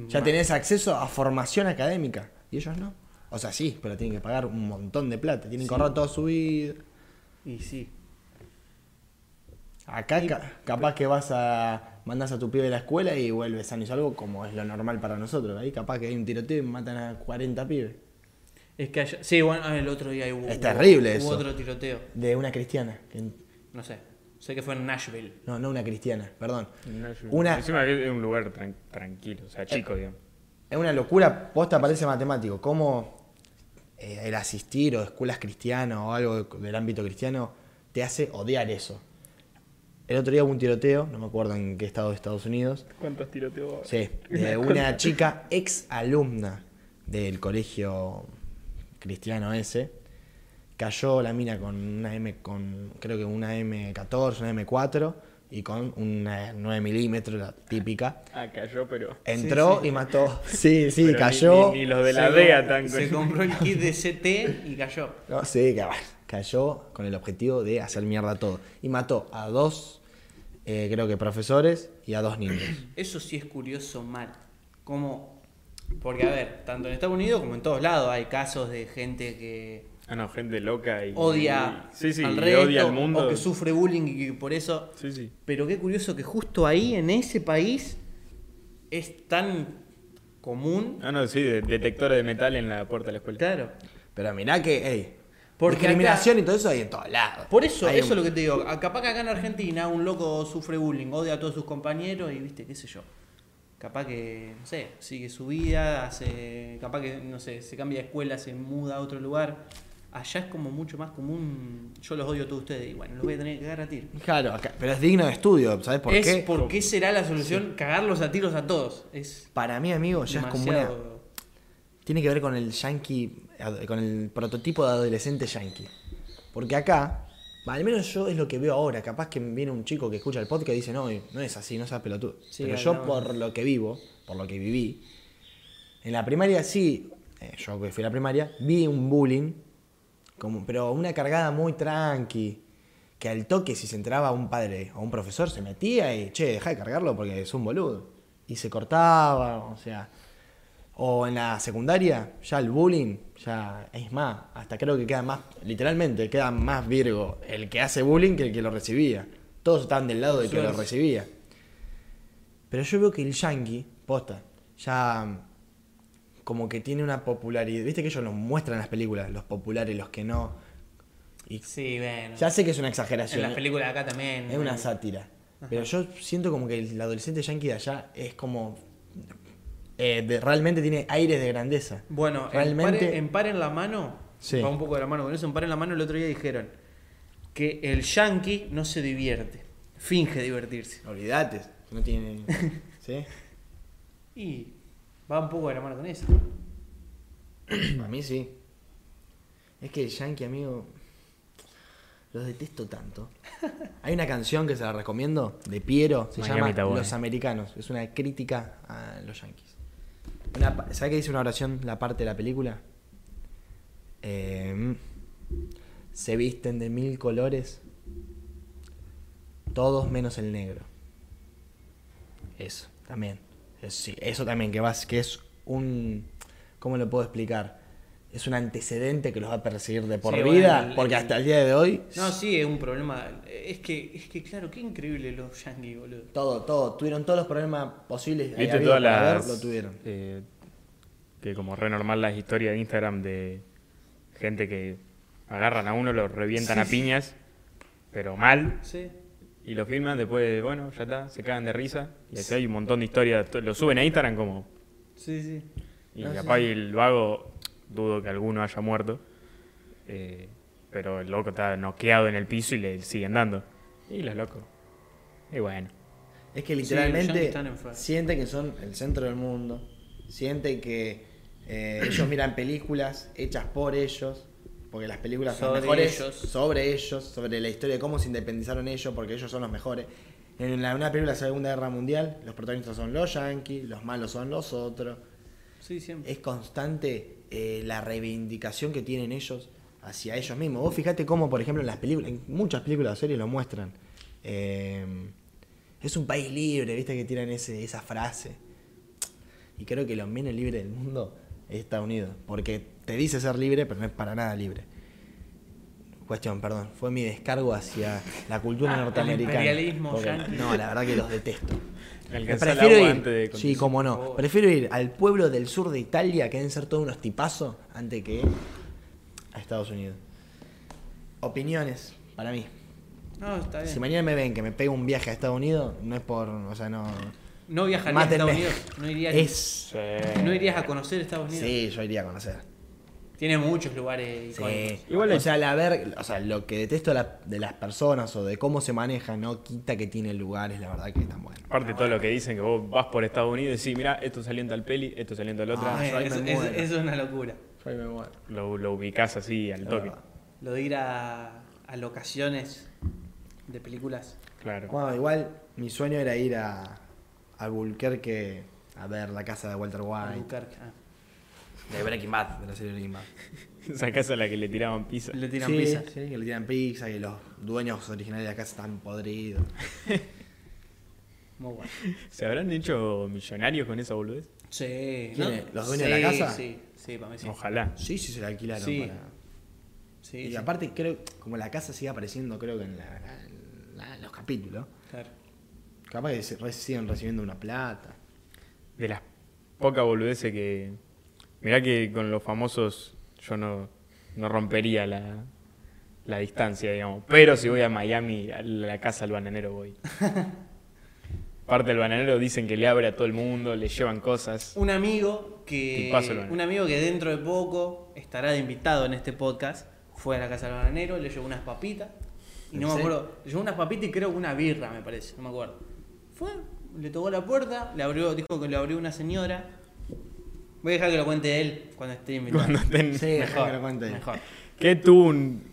[SPEAKER 2] Ya
[SPEAKER 3] Ma-
[SPEAKER 2] tenés acceso a formación académica y ellos no. O sea, sí, pero tienen que pagar un montón de plata, tienen
[SPEAKER 3] Sí.
[SPEAKER 2] que ahorrar toda su vida.
[SPEAKER 3] Y sí.
[SPEAKER 2] Acá ca- capaz que vas a mandás a tu pibe a la escuela y vuelves sano y salvo como es lo normal para nosotros. Ahí capaz que hay un tiroteo y matan a 40 pibes
[SPEAKER 3] Es que haya- Sí, bueno, ah, el otro día hubo.
[SPEAKER 2] Es
[SPEAKER 3] hubo-
[SPEAKER 2] terrible
[SPEAKER 3] hubo
[SPEAKER 2] eso.
[SPEAKER 3] otro tiroteo.
[SPEAKER 2] de una cristiana. que-
[SPEAKER 3] No sé. Sé que fue en Nashville.
[SPEAKER 2] no, no una cristiana, perdón.
[SPEAKER 1] No, yo-
[SPEAKER 2] Una-
[SPEAKER 1] Encima que es un lugar tran- tranquilo, o sea, chico, digamos.
[SPEAKER 2] Es una locura, posta parece matemático. Cómo eh, el asistir o escuelas cristianas o algo del ámbito cristiano te hace odiar eso. El otro día hubo un tiroteo, no me acuerdo en qué estado de Estados Unidos,
[SPEAKER 1] ¿Cuántos tiroteos?
[SPEAKER 2] Sí, de una chica ex alumna del colegio cristiano ese. Cayó la mina con una M, con creo que una M14, una M4 y con una 9 milímetros, la típica.
[SPEAKER 1] Ah, cayó, pero.
[SPEAKER 2] Entró
[SPEAKER 3] Sí, sí.
[SPEAKER 2] y mató. Sí, sí,
[SPEAKER 1] pero ni-
[SPEAKER 2] cayó.
[SPEAKER 1] Ni, ni los de la
[SPEAKER 3] Se
[SPEAKER 1] DEA
[SPEAKER 3] com-
[SPEAKER 1] tan
[SPEAKER 3] Se compró el kit de CT y cayó.
[SPEAKER 2] No, sí, ca- cayó con el objetivo de hacer mierda todo. Y mató a dos, eh, creo que profesores y a dos niños.
[SPEAKER 3] Eso sí es curioso mal. Como. Porque, a ver, tanto en Estados Unidos como en todos lados hay casos de gente que
[SPEAKER 1] Ah, no, gente loca y.
[SPEAKER 3] odia
[SPEAKER 1] y- sí, sí,
[SPEAKER 3] al
[SPEAKER 1] y
[SPEAKER 3] resto
[SPEAKER 1] odia al mundo.
[SPEAKER 3] o que sufre bullying y que por eso.
[SPEAKER 1] Sí, sí.
[SPEAKER 3] Pero qué curioso que justo ahí, en ese país, es tan común.
[SPEAKER 1] Ah, no, sí, de- detectores de metal en la puerta de la escuela.
[SPEAKER 3] Claro.
[SPEAKER 2] Pero mirá que, ey,
[SPEAKER 3] Porque
[SPEAKER 2] discriminación y todo eso hay en todos lados.
[SPEAKER 3] Por eso,
[SPEAKER 2] Hay
[SPEAKER 3] eso
[SPEAKER 2] un-
[SPEAKER 3] es lo que te digo. A- Capaz que acá en Argentina un loco sufre bullying, odia a todos sus compañeros y viste, qué sé yo. Capaz que, no sé, sigue su vida, hace, capaz que, no sé, se cambia de escuela, se muda a otro lugar. Allá es como mucho más común. Yo los odio a todos ustedes y bueno, los voy a tener que cagar a tiros.
[SPEAKER 2] Claro, acá- pero es digno de estudio, ¿sabes por
[SPEAKER 3] es
[SPEAKER 2] qué?
[SPEAKER 3] por qué será la solución cagarlos a tiros a todos. Es
[SPEAKER 2] Para mí, amigo, ya es
[SPEAKER 3] demasiado.
[SPEAKER 2] como una... Tiene que ver con el yankee, ad- con el prototipo de adolescente yankee. Porque acá, al menos yo es lo que veo ahora, capaz que viene un chico que escucha el podcast y dice, no, no es así, no seas pelotudo.
[SPEAKER 3] Sí,
[SPEAKER 2] pero
[SPEAKER 3] al-
[SPEAKER 2] yo
[SPEAKER 3] no.
[SPEAKER 2] por lo que vivo, por lo que viví, en la primaria sí, eh, yo que fui a la primaria, vi un bullying, como, pero una cargada muy tranqui. Que al toque, si se entraba un padre o un profesor, se metía y, che, deja de cargarlo porque es un boludo. Y se cortaba, o sea. O en la secundaria, ya el bullying, ya es más, hasta creo que queda más, literalmente, queda más virgo el que hace bullying que el que lo recibía. Todos estaban del lado del que lo
[SPEAKER 3] Suerte.
[SPEAKER 2] recibía. Pero yo veo que el yankee, posta, ya mm, como que tiene una popularidad. Viste que ellos nos muestran en las películas, los populares, los que no. Y
[SPEAKER 3] Sí, bueno.
[SPEAKER 2] ya sé que es una
[SPEAKER 3] en
[SPEAKER 2] exageración.
[SPEAKER 3] las películas de acá también.
[SPEAKER 2] Es una sátira. Pero yo siento como que el adolescente yankee de allá es como. eh, de- realmente tiene aires de grandeza.
[SPEAKER 3] Bueno,
[SPEAKER 2] realmente.
[SPEAKER 3] en, par, en Par en la mano,
[SPEAKER 2] Sí.
[SPEAKER 3] va un poco de la mano con eso, en par en la mano el otro día dijeron que el yankee no se divierte, finge divertirse.
[SPEAKER 2] Olvídate. No tiene. ¿Sí?
[SPEAKER 3] Y va un poco de la mano con eso.
[SPEAKER 2] A mí sí. Es que el yankee, amigo. Los detesto tanto. Hay una canción que se la recomiendo de Piero, se
[SPEAKER 1] Miami
[SPEAKER 2] llama
[SPEAKER 1] está bueno.
[SPEAKER 2] Los Americanos. Es una crítica a los yankees. Una pa- ¿Sabes qué dice una oración la parte de la película? Eh, se visten de mil colores, todos menos el negro. Eso, también. Es- sí, eso también, que, vas, que es un... ¿Cómo lo puedo explicar? Es un antecedente que los va a perseguir de por
[SPEAKER 3] Sí, bueno,
[SPEAKER 2] vida,
[SPEAKER 3] el-
[SPEAKER 2] porque
[SPEAKER 3] el-
[SPEAKER 2] hasta el día de hoy...
[SPEAKER 3] No, sí, es un problema. Es que, es que claro, qué increíble los yankees, boludo.
[SPEAKER 2] Todo, todo. Tuvieron todos los problemas posibles.
[SPEAKER 1] ¿Viste
[SPEAKER 2] habido
[SPEAKER 1] todas
[SPEAKER 2] por haber,
[SPEAKER 1] las.
[SPEAKER 2] lo tuvieron.
[SPEAKER 1] eh, que como re normal las historias de Instagram de gente que agarran a uno, lo revientan a piñas, pero mal,
[SPEAKER 3] Sí.
[SPEAKER 1] y lo filman, después, bueno, ya está, se cagan de risa. Y así hay un montón de historias, to- lo suben a Instagram como.
[SPEAKER 3] Sí, sí.
[SPEAKER 1] Y
[SPEAKER 2] No, Ah, sí,
[SPEAKER 1] capaz
[SPEAKER 2] sí.
[SPEAKER 1] el vago, dudo que alguno haya muerto, eh, pero el loco está noqueado en el piso y le siguen dando. Y los locos. Y bueno.
[SPEAKER 2] Es que
[SPEAKER 3] los
[SPEAKER 2] literalmente
[SPEAKER 3] Yankees están en fuego.
[SPEAKER 2] siente que son el centro del mundo. Siente que eh, ellos miran películas hechas por ellos. Porque las películas son
[SPEAKER 3] Sobre
[SPEAKER 2] mejores
[SPEAKER 3] ellos.
[SPEAKER 2] sobre ellos, sobre la historia de cómo se independizaron ellos, porque ellos son los mejores. En la, una película de la Segunda Guerra Mundial, los protagonistas son los yankees, los malos son los otros.
[SPEAKER 3] Sí, siempre.
[SPEAKER 2] es constante eh, la reivindicación que tienen ellos hacia ellos mismos. Vos fijate cómo, por ejemplo, en las películas, en muchas películas o series lo muestran. Eh, es un país libre, viste que tiran ese, esa frase. Y creo que lo menos libre del mundo es Estados Unidos. Porque te dice ser libre, pero no es para nada libre. Cuestión, perdón. Fue mi descargo hacia la cultura
[SPEAKER 3] Ah, el
[SPEAKER 2] norteamericana.
[SPEAKER 3] imperialismo
[SPEAKER 2] Porque-
[SPEAKER 3] yanqui.
[SPEAKER 2] no, la verdad que los detesto.
[SPEAKER 1] Alcanzar el
[SPEAKER 2] Prefiero
[SPEAKER 1] agua
[SPEAKER 2] ir-
[SPEAKER 1] antes de Oh.
[SPEAKER 2] sí, cómo no. Prefiero ir al pueblo del sur de Italia, que deben ser todos unos tipazos, antes que a Estados Unidos. Opiniones, para mí.
[SPEAKER 3] No, está bien.
[SPEAKER 2] Si mañana me ven que me pego un viaje a Estados Unidos, no es por. O sea, no.
[SPEAKER 3] No viajarías a
[SPEAKER 2] Mátenme.
[SPEAKER 3] Estados Unidos. No irías,
[SPEAKER 2] Es.
[SPEAKER 1] Sí.
[SPEAKER 3] no irías a conocer Estados Unidos.
[SPEAKER 2] Sí, yo iría a conocer.
[SPEAKER 3] Tiene muchos lugares icónicos.
[SPEAKER 2] Sí.
[SPEAKER 1] Igual
[SPEAKER 2] o
[SPEAKER 1] es-
[SPEAKER 2] sea, la ver, o sea, lo que detesto de, la- de las personas o de cómo se manejan no quita que tiene lugares, la verdad que están buenos.
[SPEAKER 1] Aparte todo lo que dicen que vos vas por Estados Unidos y decís, mira, esto salió en tal peli, esto salió en tal otra.
[SPEAKER 2] Ah,
[SPEAKER 3] Eh,
[SPEAKER 2] yo ahí me
[SPEAKER 3] eso,
[SPEAKER 2] muero.
[SPEAKER 3] eso- eso es una locura.
[SPEAKER 1] Lo, lo ubicás así al toque.
[SPEAKER 3] Lo de ir a, a locaciones de películas.
[SPEAKER 1] Claro.
[SPEAKER 2] Bueno, igual mi sueño era ir a, a Albuquerque a ver la casa de Walter White.
[SPEAKER 3] Albuquerque. Ah,
[SPEAKER 2] De Breaking Bad, de la serie Breaking Bad.
[SPEAKER 1] Esa casa a la que le tiraban pizza.
[SPEAKER 3] le tiran
[SPEAKER 2] sí,
[SPEAKER 3] pizza.
[SPEAKER 2] sí, que le tiran pizza, que los dueños originales de la casa están podridos.
[SPEAKER 3] Muy bueno.
[SPEAKER 1] ¿Se habrán hecho millonarios con esa boludez?
[SPEAKER 3] Sí.
[SPEAKER 2] ¿Quiénes? ¿Los dueños de la
[SPEAKER 3] Sí,
[SPEAKER 2] casa?
[SPEAKER 3] Sí, sí, para mí sí.
[SPEAKER 1] Ojalá.
[SPEAKER 2] Sí, sí, se la alquilaron.
[SPEAKER 3] Sí.
[SPEAKER 2] para-
[SPEAKER 3] Sí,
[SPEAKER 2] Y
[SPEAKER 3] sí,
[SPEAKER 2] aparte, creo, como la casa sigue apareciendo, creo que en, la- en la- en los capítulos,
[SPEAKER 3] claro.
[SPEAKER 2] capaz que se re- siguen recibiendo una plata.
[SPEAKER 1] De las pocas boludeces que... Mirá que con los famosos yo no, no rompería la, la distancia, digamos. Pero si voy a Miami, a la casa del bananero voy. Aparte del bananero dicen que le abre a todo el mundo, le llevan cosas.
[SPEAKER 3] Un amigo que.
[SPEAKER 1] Tipazo, Lorena.
[SPEAKER 3] Un amigo que dentro de poco estará de invitado en este podcast. Fue a la casa del bananero, le llevó unas papitas. Y no
[SPEAKER 2] ¿En
[SPEAKER 3] me
[SPEAKER 2] serio?
[SPEAKER 3] acuerdo. Le llevó unas papitas y creo que una birra, me parece, no me acuerdo. Fue, le tocó la puerta, le abrió, dijo que le abrió una señora. Voy a dejar que lo cuente él cuando esté invitado.
[SPEAKER 1] Cuando estén-
[SPEAKER 2] Sí, dejá que lo cuente él.
[SPEAKER 3] mejor.
[SPEAKER 1] Que tuvo un...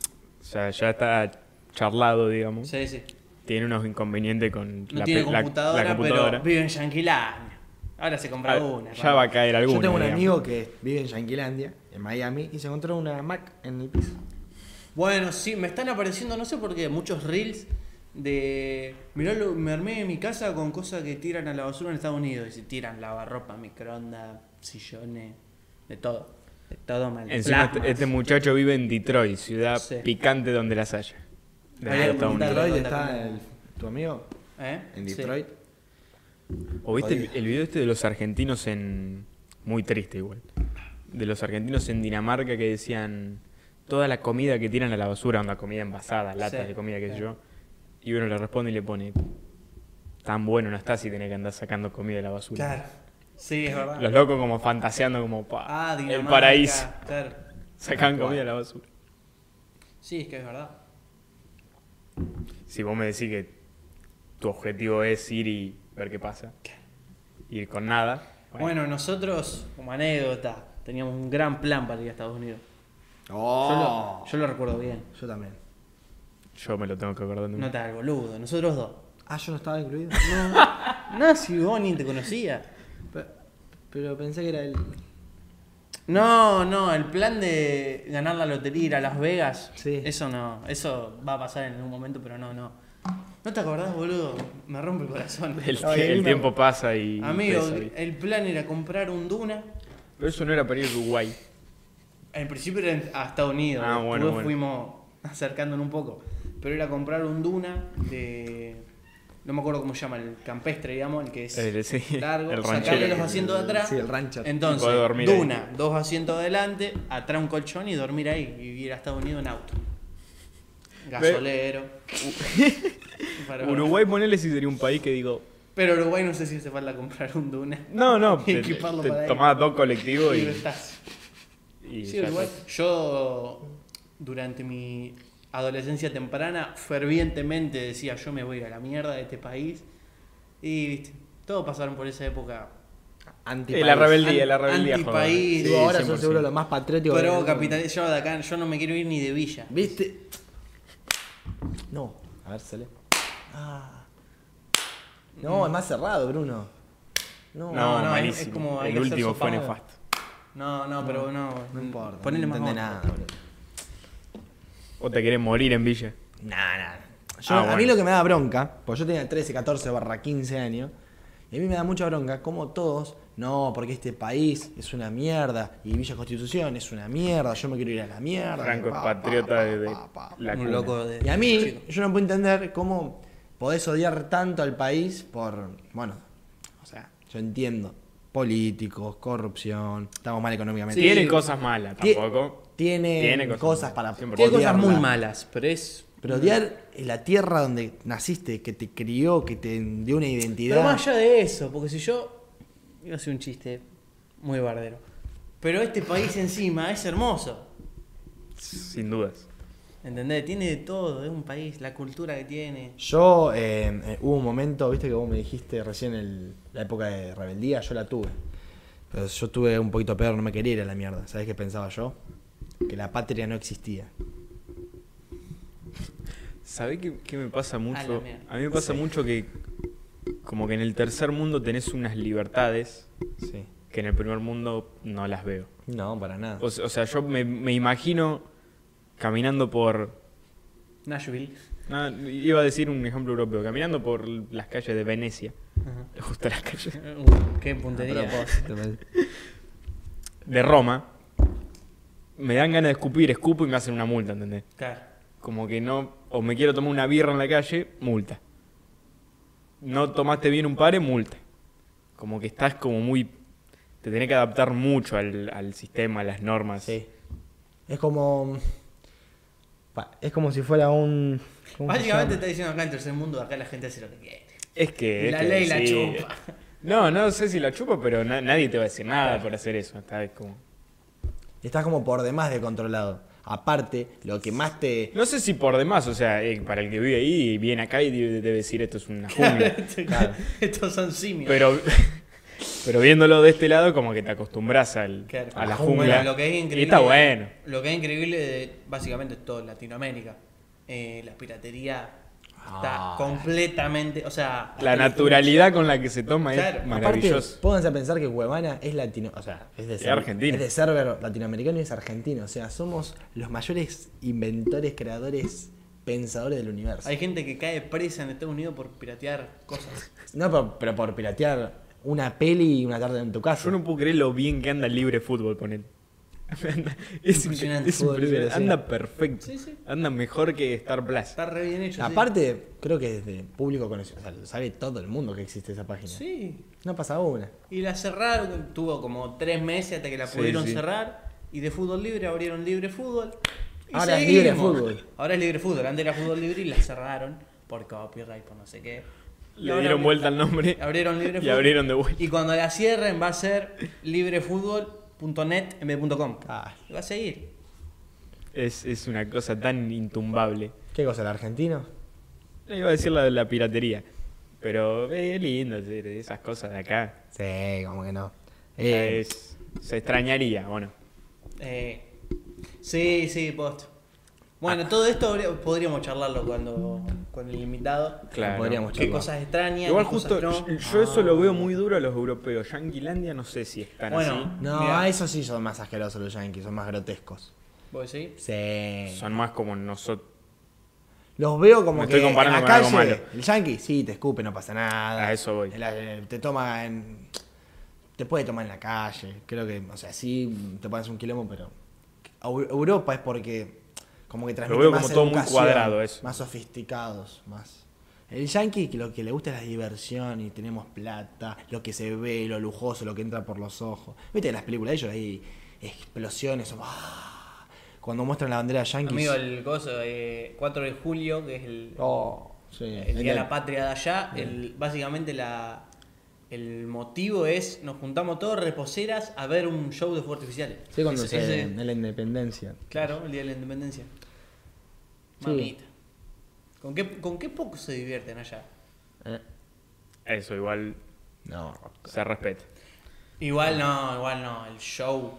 [SPEAKER 1] O sea, ya está charlado, digamos.
[SPEAKER 3] Sí, sí.
[SPEAKER 1] Tiene unos inconvenientes con
[SPEAKER 3] No
[SPEAKER 1] la
[SPEAKER 3] tiene
[SPEAKER 1] pe- la- la
[SPEAKER 3] computadora,
[SPEAKER 1] computadora.
[SPEAKER 3] pero vive en Yanquilandia. Ahora se compra
[SPEAKER 1] Ah,
[SPEAKER 3] una.
[SPEAKER 1] ya va a caer alguna.
[SPEAKER 2] Yo tengo un
[SPEAKER 1] digamos.
[SPEAKER 2] amigo que vive en Yanquilandia, en Miami, y se encontró una Mac en el piso.
[SPEAKER 3] Bueno, sí, me están apareciendo, no sé por qué, muchos reels de. Mirá, lo, me armé mi casa con cosas que tiran a la basura en Estados Unidos. Y si tiran lavarropa, microondas, sillones, de todo. De todo mal.
[SPEAKER 1] Encima,
[SPEAKER 3] Plasmas.
[SPEAKER 1] este muchacho vive en Detroit, ciudad
[SPEAKER 3] Sí.
[SPEAKER 1] picante donde las haya. De
[SPEAKER 3] Ahí
[SPEAKER 1] los
[SPEAKER 3] hay
[SPEAKER 1] Estados
[SPEAKER 3] un
[SPEAKER 2] ¿En
[SPEAKER 1] Unidos.
[SPEAKER 3] Detroit.
[SPEAKER 2] Detroit
[SPEAKER 3] Detroit
[SPEAKER 2] Ah, está
[SPEAKER 3] también.
[SPEAKER 2] el- tu amigo?
[SPEAKER 3] ¿Eh?
[SPEAKER 2] ¿En
[SPEAKER 3] Sí.
[SPEAKER 2] Detroit?
[SPEAKER 1] ¿O viste el,
[SPEAKER 2] Jodido.
[SPEAKER 1] el video este de los argentinos en. Muy triste igual. De los argentinos en Dinamarca que decían. Toda la comida que tiran a la basura, onda comida envasada, latas
[SPEAKER 3] Sí,
[SPEAKER 1] de comida, qué sé
[SPEAKER 3] claro.
[SPEAKER 1] yo. Y uno le responde y le pone. Tan bueno no está si tenés que andar sacando comida de la basura.
[SPEAKER 3] Claro. Sí, es verdad.
[SPEAKER 1] Los locos como fantaseando como pa,
[SPEAKER 3] Ah,
[SPEAKER 1] el
[SPEAKER 3] Dinamarca,
[SPEAKER 1] paraíso.
[SPEAKER 3] Claro.
[SPEAKER 1] Sacan comida a la basura.
[SPEAKER 3] Sí, es que es verdad.
[SPEAKER 1] Si vos me decís que tu objetivo es ir y ver qué pasa, ir con nada.
[SPEAKER 3] Bueno. nosotros, como anécdota, teníamos un gran plan para ir a Estados Unidos. Yo,
[SPEAKER 2] Oh.
[SPEAKER 3] lo, yo lo recuerdo bien.
[SPEAKER 2] Yo también.
[SPEAKER 1] Yo me lo tengo que acordar de
[SPEAKER 3] No te hagas el boludo, nosotros dos.
[SPEAKER 2] Ah, yo no estaba incluido.
[SPEAKER 3] No, si vos ni te conocía.
[SPEAKER 2] Pero, pero pensé que era el.
[SPEAKER 3] No, no, el plan de ganar la lotería, ir a Las Vegas,
[SPEAKER 2] Sí.
[SPEAKER 3] eso no, eso va a pasar en algún momento, pero no, no. ¿No te acordás, boludo? Me rompe el corazón.
[SPEAKER 1] El,
[SPEAKER 2] Ay,
[SPEAKER 1] el
[SPEAKER 2] no.
[SPEAKER 1] tiempo pasa y.
[SPEAKER 3] Amigo,
[SPEAKER 1] pesa, ¿viste?
[SPEAKER 3] el plan era comprar un Duna.
[SPEAKER 1] Pero eso no era para ir a Uruguay.
[SPEAKER 3] En principio era en- a Estados Unidos,
[SPEAKER 1] Ah,
[SPEAKER 3] después
[SPEAKER 1] bueno, bueno.
[SPEAKER 3] fuimos acercándonos un poco. Pero era comprar un Duna de. No me acuerdo cómo se llama, el campestre, digamos, el que es
[SPEAKER 1] El- Eh, sí,
[SPEAKER 3] largo,
[SPEAKER 1] el
[SPEAKER 3] sacarle
[SPEAKER 1] ranchero.
[SPEAKER 3] los asientos de atrás.
[SPEAKER 2] Sí, el rancher.
[SPEAKER 1] Y poder
[SPEAKER 3] Entonces,
[SPEAKER 1] dormir ahí.
[SPEAKER 3] duna, dos asientos adelante, atrás un colchón y dormir ahí. Y ir a Estados Unidos en auto. Gasolero. Para-
[SPEAKER 1] Uruguay, ponele si sería un país que digo.
[SPEAKER 3] Pero Uruguay no sé si hace falta comprar un duna.
[SPEAKER 1] No, no,
[SPEAKER 3] Y
[SPEAKER 1] te,
[SPEAKER 3] equiparlo
[SPEAKER 1] te
[SPEAKER 3] para ahí.
[SPEAKER 1] tomás dos colectivos
[SPEAKER 3] Y
[SPEAKER 1] y.
[SPEAKER 3] estás.
[SPEAKER 1] y
[SPEAKER 3] Sí,
[SPEAKER 1] ya
[SPEAKER 3] Uruguay.
[SPEAKER 1] está.
[SPEAKER 3] Yo, durante mi adolescencia temprana, fervientemente decía: Yo me voy a la mierda de este país. Y, viste, todos pasaron por esa época.
[SPEAKER 1] Eh, la rebeldía, la rebeldía. joder.
[SPEAKER 3] Antipaís.
[SPEAKER 2] Sí, eh,
[SPEAKER 3] Sí,
[SPEAKER 2] ahora sos
[SPEAKER 1] 100%.
[SPEAKER 2] seguro lo más patriótico. del
[SPEAKER 3] Pero
[SPEAKER 2] mundo.
[SPEAKER 3] capital, yo de acá, yo no me quiero ir ni de villa.
[SPEAKER 2] ¿Viste? No. A ver, sale. Ah. No, es más cerrado, Bruno. No,
[SPEAKER 1] No,
[SPEAKER 3] no, es-
[SPEAKER 1] malísimo.
[SPEAKER 3] es como hay
[SPEAKER 1] el
[SPEAKER 3] que hacer
[SPEAKER 1] último fue
[SPEAKER 3] sopado.
[SPEAKER 1] nefasto.
[SPEAKER 3] No, no, pero no.
[SPEAKER 2] No importa.
[SPEAKER 3] Ponele
[SPEAKER 2] no
[SPEAKER 3] más
[SPEAKER 2] entendé
[SPEAKER 3] onda.
[SPEAKER 2] nada, boludo.
[SPEAKER 1] O te querés morir en Villa.
[SPEAKER 2] Nah, nah. Yo-
[SPEAKER 1] Ah,
[SPEAKER 2] A mí
[SPEAKER 1] bueno.
[SPEAKER 2] lo que me da bronca, porque yo tenía 13, 14 barra 15 años, y a mí me da mucha bronca, como todos, no, porque este país es una mierda, y Villa Constitución es una mierda, yo me quiero ir a la mierda.
[SPEAKER 1] Franco es
[SPEAKER 2] pa, pa,
[SPEAKER 1] patriota
[SPEAKER 2] pa,
[SPEAKER 1] de, de
[SPEAKER 2] pa, pa, pa.
[SPEAKER 1] la
[SPEAKER 3] Un
[SPEAKER 1] cuna.
[SPEAKER 3] loco de.
[SPEAKER 2] Y a mí,
[SPEAKER 3] chico.
[SPEAKER 2] yo no puedo entender cómo podés odiar tanto al país por, bueno, o sea, yo entiendo, políticos, corrupción, estamos mal económicamente.
[SPEAKER 1] Tiene
[SPEAKER 3] Sí.
[SPEAKER 1] cosas malas
[SPEAKER 2] Tie-
[SPEAKER 1] tampoco.
[SPEAKER 2] Tiene,
[SPEAKER 1] Tiene cosas
[SPEAKER 2] cosas,
[SPEAKER 1] malas,
[SPEAKER 2] para...
[SPEAKER 1] siempre.
[SPEAKER 3] Tiene cosas
[SPEAKER 2] odiarla.
[SPEAKER 3] muy malas, pero es.
[SPEAKER 2] Pero odiar es la tierra donde naciste, que te crió, que te dio una identidad.
[SPEAKER 3] Pero más allá de eso, porque si yo. Iba a hacer un chiste muy bardero. Pero este país encima es hermoso.
[SPEAKER 1] Sin dudas.
[SPEAKER 3] ¿Entendés? Tiene de todo, es un país, la cultura que tiene.
[SPEAKER 2] Yo eh, eh, hubo un momento, viste que vos me dijiste recién el- la época de rebeldía, yo la tuve. Pero yo tuve un poquito peor, no me quería ir a la mierda. ¿Sabés qué pensaba yo? Que la patria no existía.
[SPEAKER 1] ¿Sabés qué, qué me pasa mucho?
[SPEAKER 3] mierda.
[SPEAKER 1] A mí me pasa mucho que como que en el tercer mundo tenés unas libertades
[SPEAKER 2] Sí.
[SPEAKER 1] que en el primer mundo no las veo.
[SPEAKER 2] No, para nada.
[SPEAKER 1] O, se- o sea, yo me, me imagino caminando por...
[SPEAKER 3] Nashville.
[SPEAKER 1] nada, iba a decir un ejemplo europeo, caminando por las calles de Venecia.
[SPEAKER 3] Ajá.
[SPEAKER 1] Justo las calles.
[SPEAKER 3] Uh, qué puntería.
[SPEAKER 1] De Roma. Me dan ganas de escupir, escupo y me hacen una multa, ¿entendés?
[SPEAKER 3] Claro.
[SPEAKER 1] Como que no. O me quiero tomar una birra en la calle, multa. No tomaste bien un pare, multa. Como que estás como muy. Te tenés que adaptar mucho al, al sistema, a las normas.
[SPEAKER 2] sí. Es como. pa, Es como si fuera un. ¿cómo se
[SPEAKER 3] Básicamente
[SPEAKER 2] llama?
[SPEAKER 3] está diciendo acá en tercer mundo, acá la gente hace lo que quiere.
[SPEAKER 1] Es que. es
[SPEAKER 3] La
[SPEAKER 1] que
[SPEAKER 3] ley la
[SPEAKER 1] sí.
[SPEAKER 3] chupa.
[SPEAKER 1] No, no sé si la chupa, pero na- nadie te va a decir nada por hacer eso. Está es como.
[SPEAKER 2] Estás como por demás de controlado. Aparte, lo que más te.
[SPEAKER 1] No sé si por demás, o sea, eh, para el que vive ahí, viene acá y debe debe decir esto es una jungla.
[SPEAKER 2] Claro.
[SPEAKER 3] Estos son simios.
[SPEAKER 1] Pero, pero viéndolo de este lado, como que te acostumbras al,
[SPEAKER 3] Claro.
[SPEAKER 1] a la
[SPEAKER 2] Bueno,
[SPEAKER 1] jungla.
[SPEAKER 3] lo que es increíble-
[SPEAKER 1] y está bueno.
[SPEAKER 3] Lo que es increíble de básicamente toda Latinoamérica. eh, la piratería está
[SPEAKER 2] Ah.
[SPEAKER 3] completamente. O sea.
[SPEAKER 1] La naturalidad con la que se toma
[SPEAKER 3] Claro.
[SPEAKER 1] es
[SPEAKER 2] Aparte,
[SPEAKER 1] maravillosa.
[SPEAKER 2] pónganse a pensar que Cuevana es latino, o sea, es de
[SPEAKER 1] Es
[SPEAKER 2] ser-
[SPEAKER 1] argentino.
[SPEAKER 2] es de server latinoamericano y es argentino, o sea, somos los mayores inventores, creadores, pensadores del universo.
[SPEAKER 3] Hay gente que cae presa en Estados Unidos por piratear cosas.
[SPEAKER 2] No, pero, pero por piratear una peli y una tarde en tu casa.
[SPEAKER 1] Yo no puedo creer lo bien que anda el libre fútbol con él. Anda- es
[SPEAKER 3] Impresionante.
[SPEAKER 1] impresionante. es
[SPEAKER 2] Fútbol libre,
[SPEAKER 1] impresionante.
[SPEAKER 2] sí.
[SPEAKER 1] Anda perfecto.
[SPEAKER 3] Sí, sí.
[SPEAKER 1] Anda mejor que Star Plus.
[SPEAKER 3] Está re bien hecho. sí.
[SPEAKER 2] Aparte, creo que desde público conocido, o sea, lo sabe todo el mundo que existe esa página.
[SPEAKER 3] Sí.
[SPEAKER 2] No pasaba una.
[SPEAKER 3] Y la cerraron, tuvo como tres meses hasta que la
[SPEAKER 1] Sí,
[SPEAKER 3] pudieron
[SPEAKER 1] sí.
[SPEAKER 3] cerrar. Y de fútbol libre abrieron libre fútbol. y
[SPEAKER 2] Ahora es libre
[SPEAKER 3] seguimos.
[SPEAKER 2] fútbol.
[SPEAKER 3] Ahora es libre fútbol. Antes era fútbol libre y la cerraron por copyright, por no sé qué. Y
[SPEAKER 1] Le
[SPEAKER 3] ahora
[SPEAKER 1] dieron
[SPEAKER 3] abri-
[SPEAKER 1] vuelta al nombre
[SPEAKER 3] Abrieron libre
[SPEAKER 1] y abrieron de vuelta.
[SPEAKER 3] Y cuando la cierren va a ser librefutbol.net en vez de .com.
[SPEAKER 2] Ah.
[SPEAKER 3] Y va a seguir.
[SPEAKER 1] Es, es una cosa tan intumbable.
[SPEAKER 2] ¿Qué cosa, el argentino?
[SPEAKER 1] No iba a decir la de la piratería. Pero eh, es lindo sí, de esas cosas de acá.
[SPEAKER 2] Sí, como que no. Eh,
[SPEAKER 1] Es- se extrañaría, bueno.
[SPEAKER 3] Eh, sí, sí, post. Bueno,
[SPEAKER 1] Ah.
[SPEAKER 3] todo esto habría- podríamos charlarlo cuando con el invitado.
[SPEAKER 1] Claro.
[SPEAKER 2] podríamos
[SPEAKER 3] Qué
[SPEAKER 2] charlar.
[SPEAKER 3] cosas extrañas.
[SPEAKER 1] Igual
[SPEAKER 3] qué
[SPEAKER 1] justo,
[SPEAKER 3] cosas no.
[SPEAKER 1] yo, yo eso lo veo muy duro a los europeos. Yanquilandia no sé si están
[SPEAKER 3] Bueno.
[SPEAKER 2] No,
[SPEAKER 3] Mirá.
[SPEAKER 2] esos sí son más asquerosos los yankees, son más grotescos.
[SPEAKER 3] ¿Vos decís?
[SPEAKER 2] Sí.
[SPEAKER 1] así. Son más como nosotros.
[SPEAKER 2] Los veo como
[SPEAKER 1] Me
[SPEAKER 2] que
[SPEAKER 1] estoy comparando
[SPEAKER 2] en la
[SPEAKER 1] con algo
[SPEAKER 2] calle,
[SPEAKER 1] malo.
[SPEAKER 2] el yankee, sí, te escupe, no pasa nada.
[SPEAKER 1] A eso voy.
[SPEAKER 2] El- el- te toma en... Te puede tomar en la calle. Creo que, o sea, sí, te pones un quilombo, pero... Eu- Europa es porque como que transmite
[SPEAKER 1] veo
[SPEAKER 2] más
[SPEAKER 1] como todo muy
[SPEAKER 2] educación,
[SPEAKER 1] cuadrado eso.
[SPEAKER 2] Más sofisticados, más... El yankee que lo que le gusta es la diversión y tenemos plata, lo que se ve, lo lujoso, lo que entra por los ojos. Viste, en las películas de ellos hay explosiones. ¡ah! Cuando muestran la bandera yankee...
[SPEAKER 3] Amigo, el coso, eh, 4 de julio, que es el,
[SPEAKER 2] Oh, sí.
[SPEAKER 3] el Día de la Patria de allá, el- básicamente la, el motivo es, nos juntamos todos reposeras a ver un show de fuegos artificiales.
[SPEAKER 2] Sí, cuando
[SPEAKER 3] Ese-
[SPEAKER 2] se
[SPEAKER 3] ese-
[SPEAKER 2] en la independencia.
[SPEAKER 3] Claro, el Día de la Independencia.
[SPEAKER 2] Sí.
[SPEAKER 3] Mamita. ¿Con qué, ¿Con qué poco se divierten allá?
[SPEAKER 2] Eh,
[SPEAKER 1] Eso igual
[SPEAKER 2] No.
[SPEAKER 1] se respeta.
[SPEAKER 3] Igual no, igual no. El show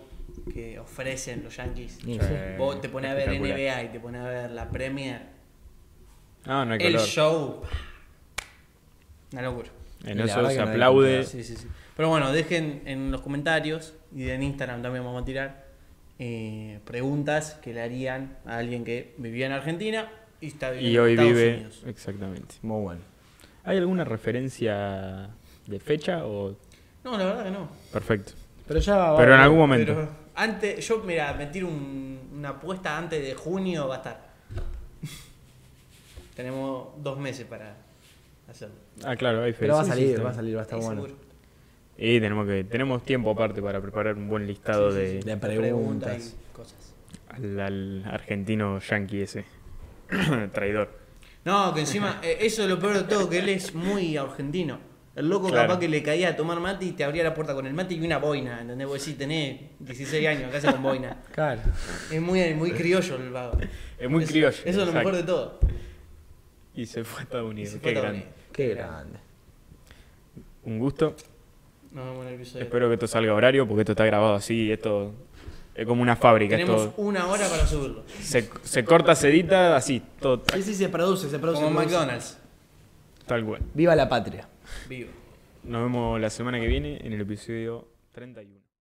[SPEAKER 3] que ofrecen los Yankees.
[SPEAKER 2] Sí.
[SPEAKER 3] Vos te pones a ver
[SPEAKER 1] Eh, Espectacular.
[SPEAKER 3] NBA y te pones a ver la Premier.
[SPEAKER 1] No, no hay
[SPEAKER 3] El
[SPEAKER 1] color.
[SPEAKER 3] show. Una locura.
[SPEAKER 1] En
[SPEAKER 2] La
[SPEAKER 1] eso
[SPEAKER 2] verdad
[SPEAKER 1] se
[SPEAKER 2] que nadie
[SPEAKER 1] aplaude.
[SPEAKER 3] Sí, sí, sí. Pero bueno, dejen en los comentarios y en Instagram también vamos a tirar eh, preguntas que le harían a alguien que vivía en Argentina y está viviendo
[SPEAKER 1] Y
[SPEAKER 3] en
[SPEAKER 1] hoy
[SPEAKER 3] Estados
[SPEAKER 1] vive.
[SPEAKER 3] Unidos.
[SPEAKER 1] Exactamente.
[SPEAKER 2] Muy bueno.
[SPEAKER 1] ¿Hay alguna referencia de fecha o.?
[SPEAKER 3] No, la verdad que no.
[SPEAKER 1] Perfecto.
[SPEAKER 2] Pero ya va-
[SPEAKER 1] Pero en algún momento.
[SPEAKER 3] Pero antes, yo, mira, metir un- una apuesta antes de junio va a estar. Tenemos dos meses para hacerlo.
[SPEAKER 1] Ah, claro, hay fecha.
[SPEAKER 2] Pero va a
[SPEAKER 1] Sí, sí,
[SPEAKER 2] salir,
[SPEAKER 1] está
[SPEAKER 2] va a
[SPEAKER 1] bien.
[SPEAKER 2] salir, va a estar
[SPEAKER 3] Ahí
[SPEAKER 2] bueno.
[SPEAKER 3] seguro.
[SPEAKER 1] Y tenemos que tenemos tiempo aparte para preparar un buen listado
[SPEAKER 3] Sí, sí,
[SPEAKER 1] de
[SPEAKER 3] sí.
[SPEAKER 2] de
[SPEAKER 3] Preguntas
[SPEAKER 2] preguntas.
[SPEAKER 3] y cosas.
[SPEAKER 1] al, al argentino yankee ese traidor.
[SPEAKER 3] No, que encima, eh, eso es lo peor de todo, que él es muy argentino. El loco
[SPEAKER 1] Claro.
[SPEAKER 3] capaz que le caía a tomar mate y te abría la puerta con el mate y una boina, ¿entendés? Vos decís, tenés 16 años, acá se con boina.
[SPEAKER 2] Claro.
[SPEAKER 3] Es muy, muy criollo el vago.
[SPEAKER 1] Es muy
[SPEAKER 3] Eso-
[SPEAKER 1] criollo.
[SPEAKER 3] Eso es lo
[SPEAKER 1] exacto.
[SPEAKER 3] mejor de todo.
[SPEAKER 1] Y se fue a Estados
[SPEAKER 3] Y
[SPEAKER 1] Unidos.
[SPEAKER 3] se fue
[SPEAKER 1] Qué
[SPEAKER 3] a Estados
[SPEAKER 1] grande.
[SPEAKER 3] Unidos.
[SPEAKER 2] Qué grande.
[SPEAKER 1] Un gusto.
[SPEAKER 3] Nos vemos en el episodio.
[SPEAKER 1] Espero que esto salga a horario porque esto está grabado así. Esto es como una fábrica.
[SPEAKER 3] Tenemos
[SPEAKER 1] esto
[SPEAKER 3] una hora para subirlo.
[SPEAKER 1] se, se corta, se edita, así, todo
[SPEAKER 2] Sí, sí, se produce, se produce.
[SPEAKER 3] Como
[SPEAKER 2] se produce.
[SPEAKER 3] McDonald's.
[SPEAKER 1] tal cual.
[SPEAKER 2] Viva la patria.
[SPEAKER 3] Vivo.
[SPEAKER 1] Nos vemos la semana que viene en el episodio 31.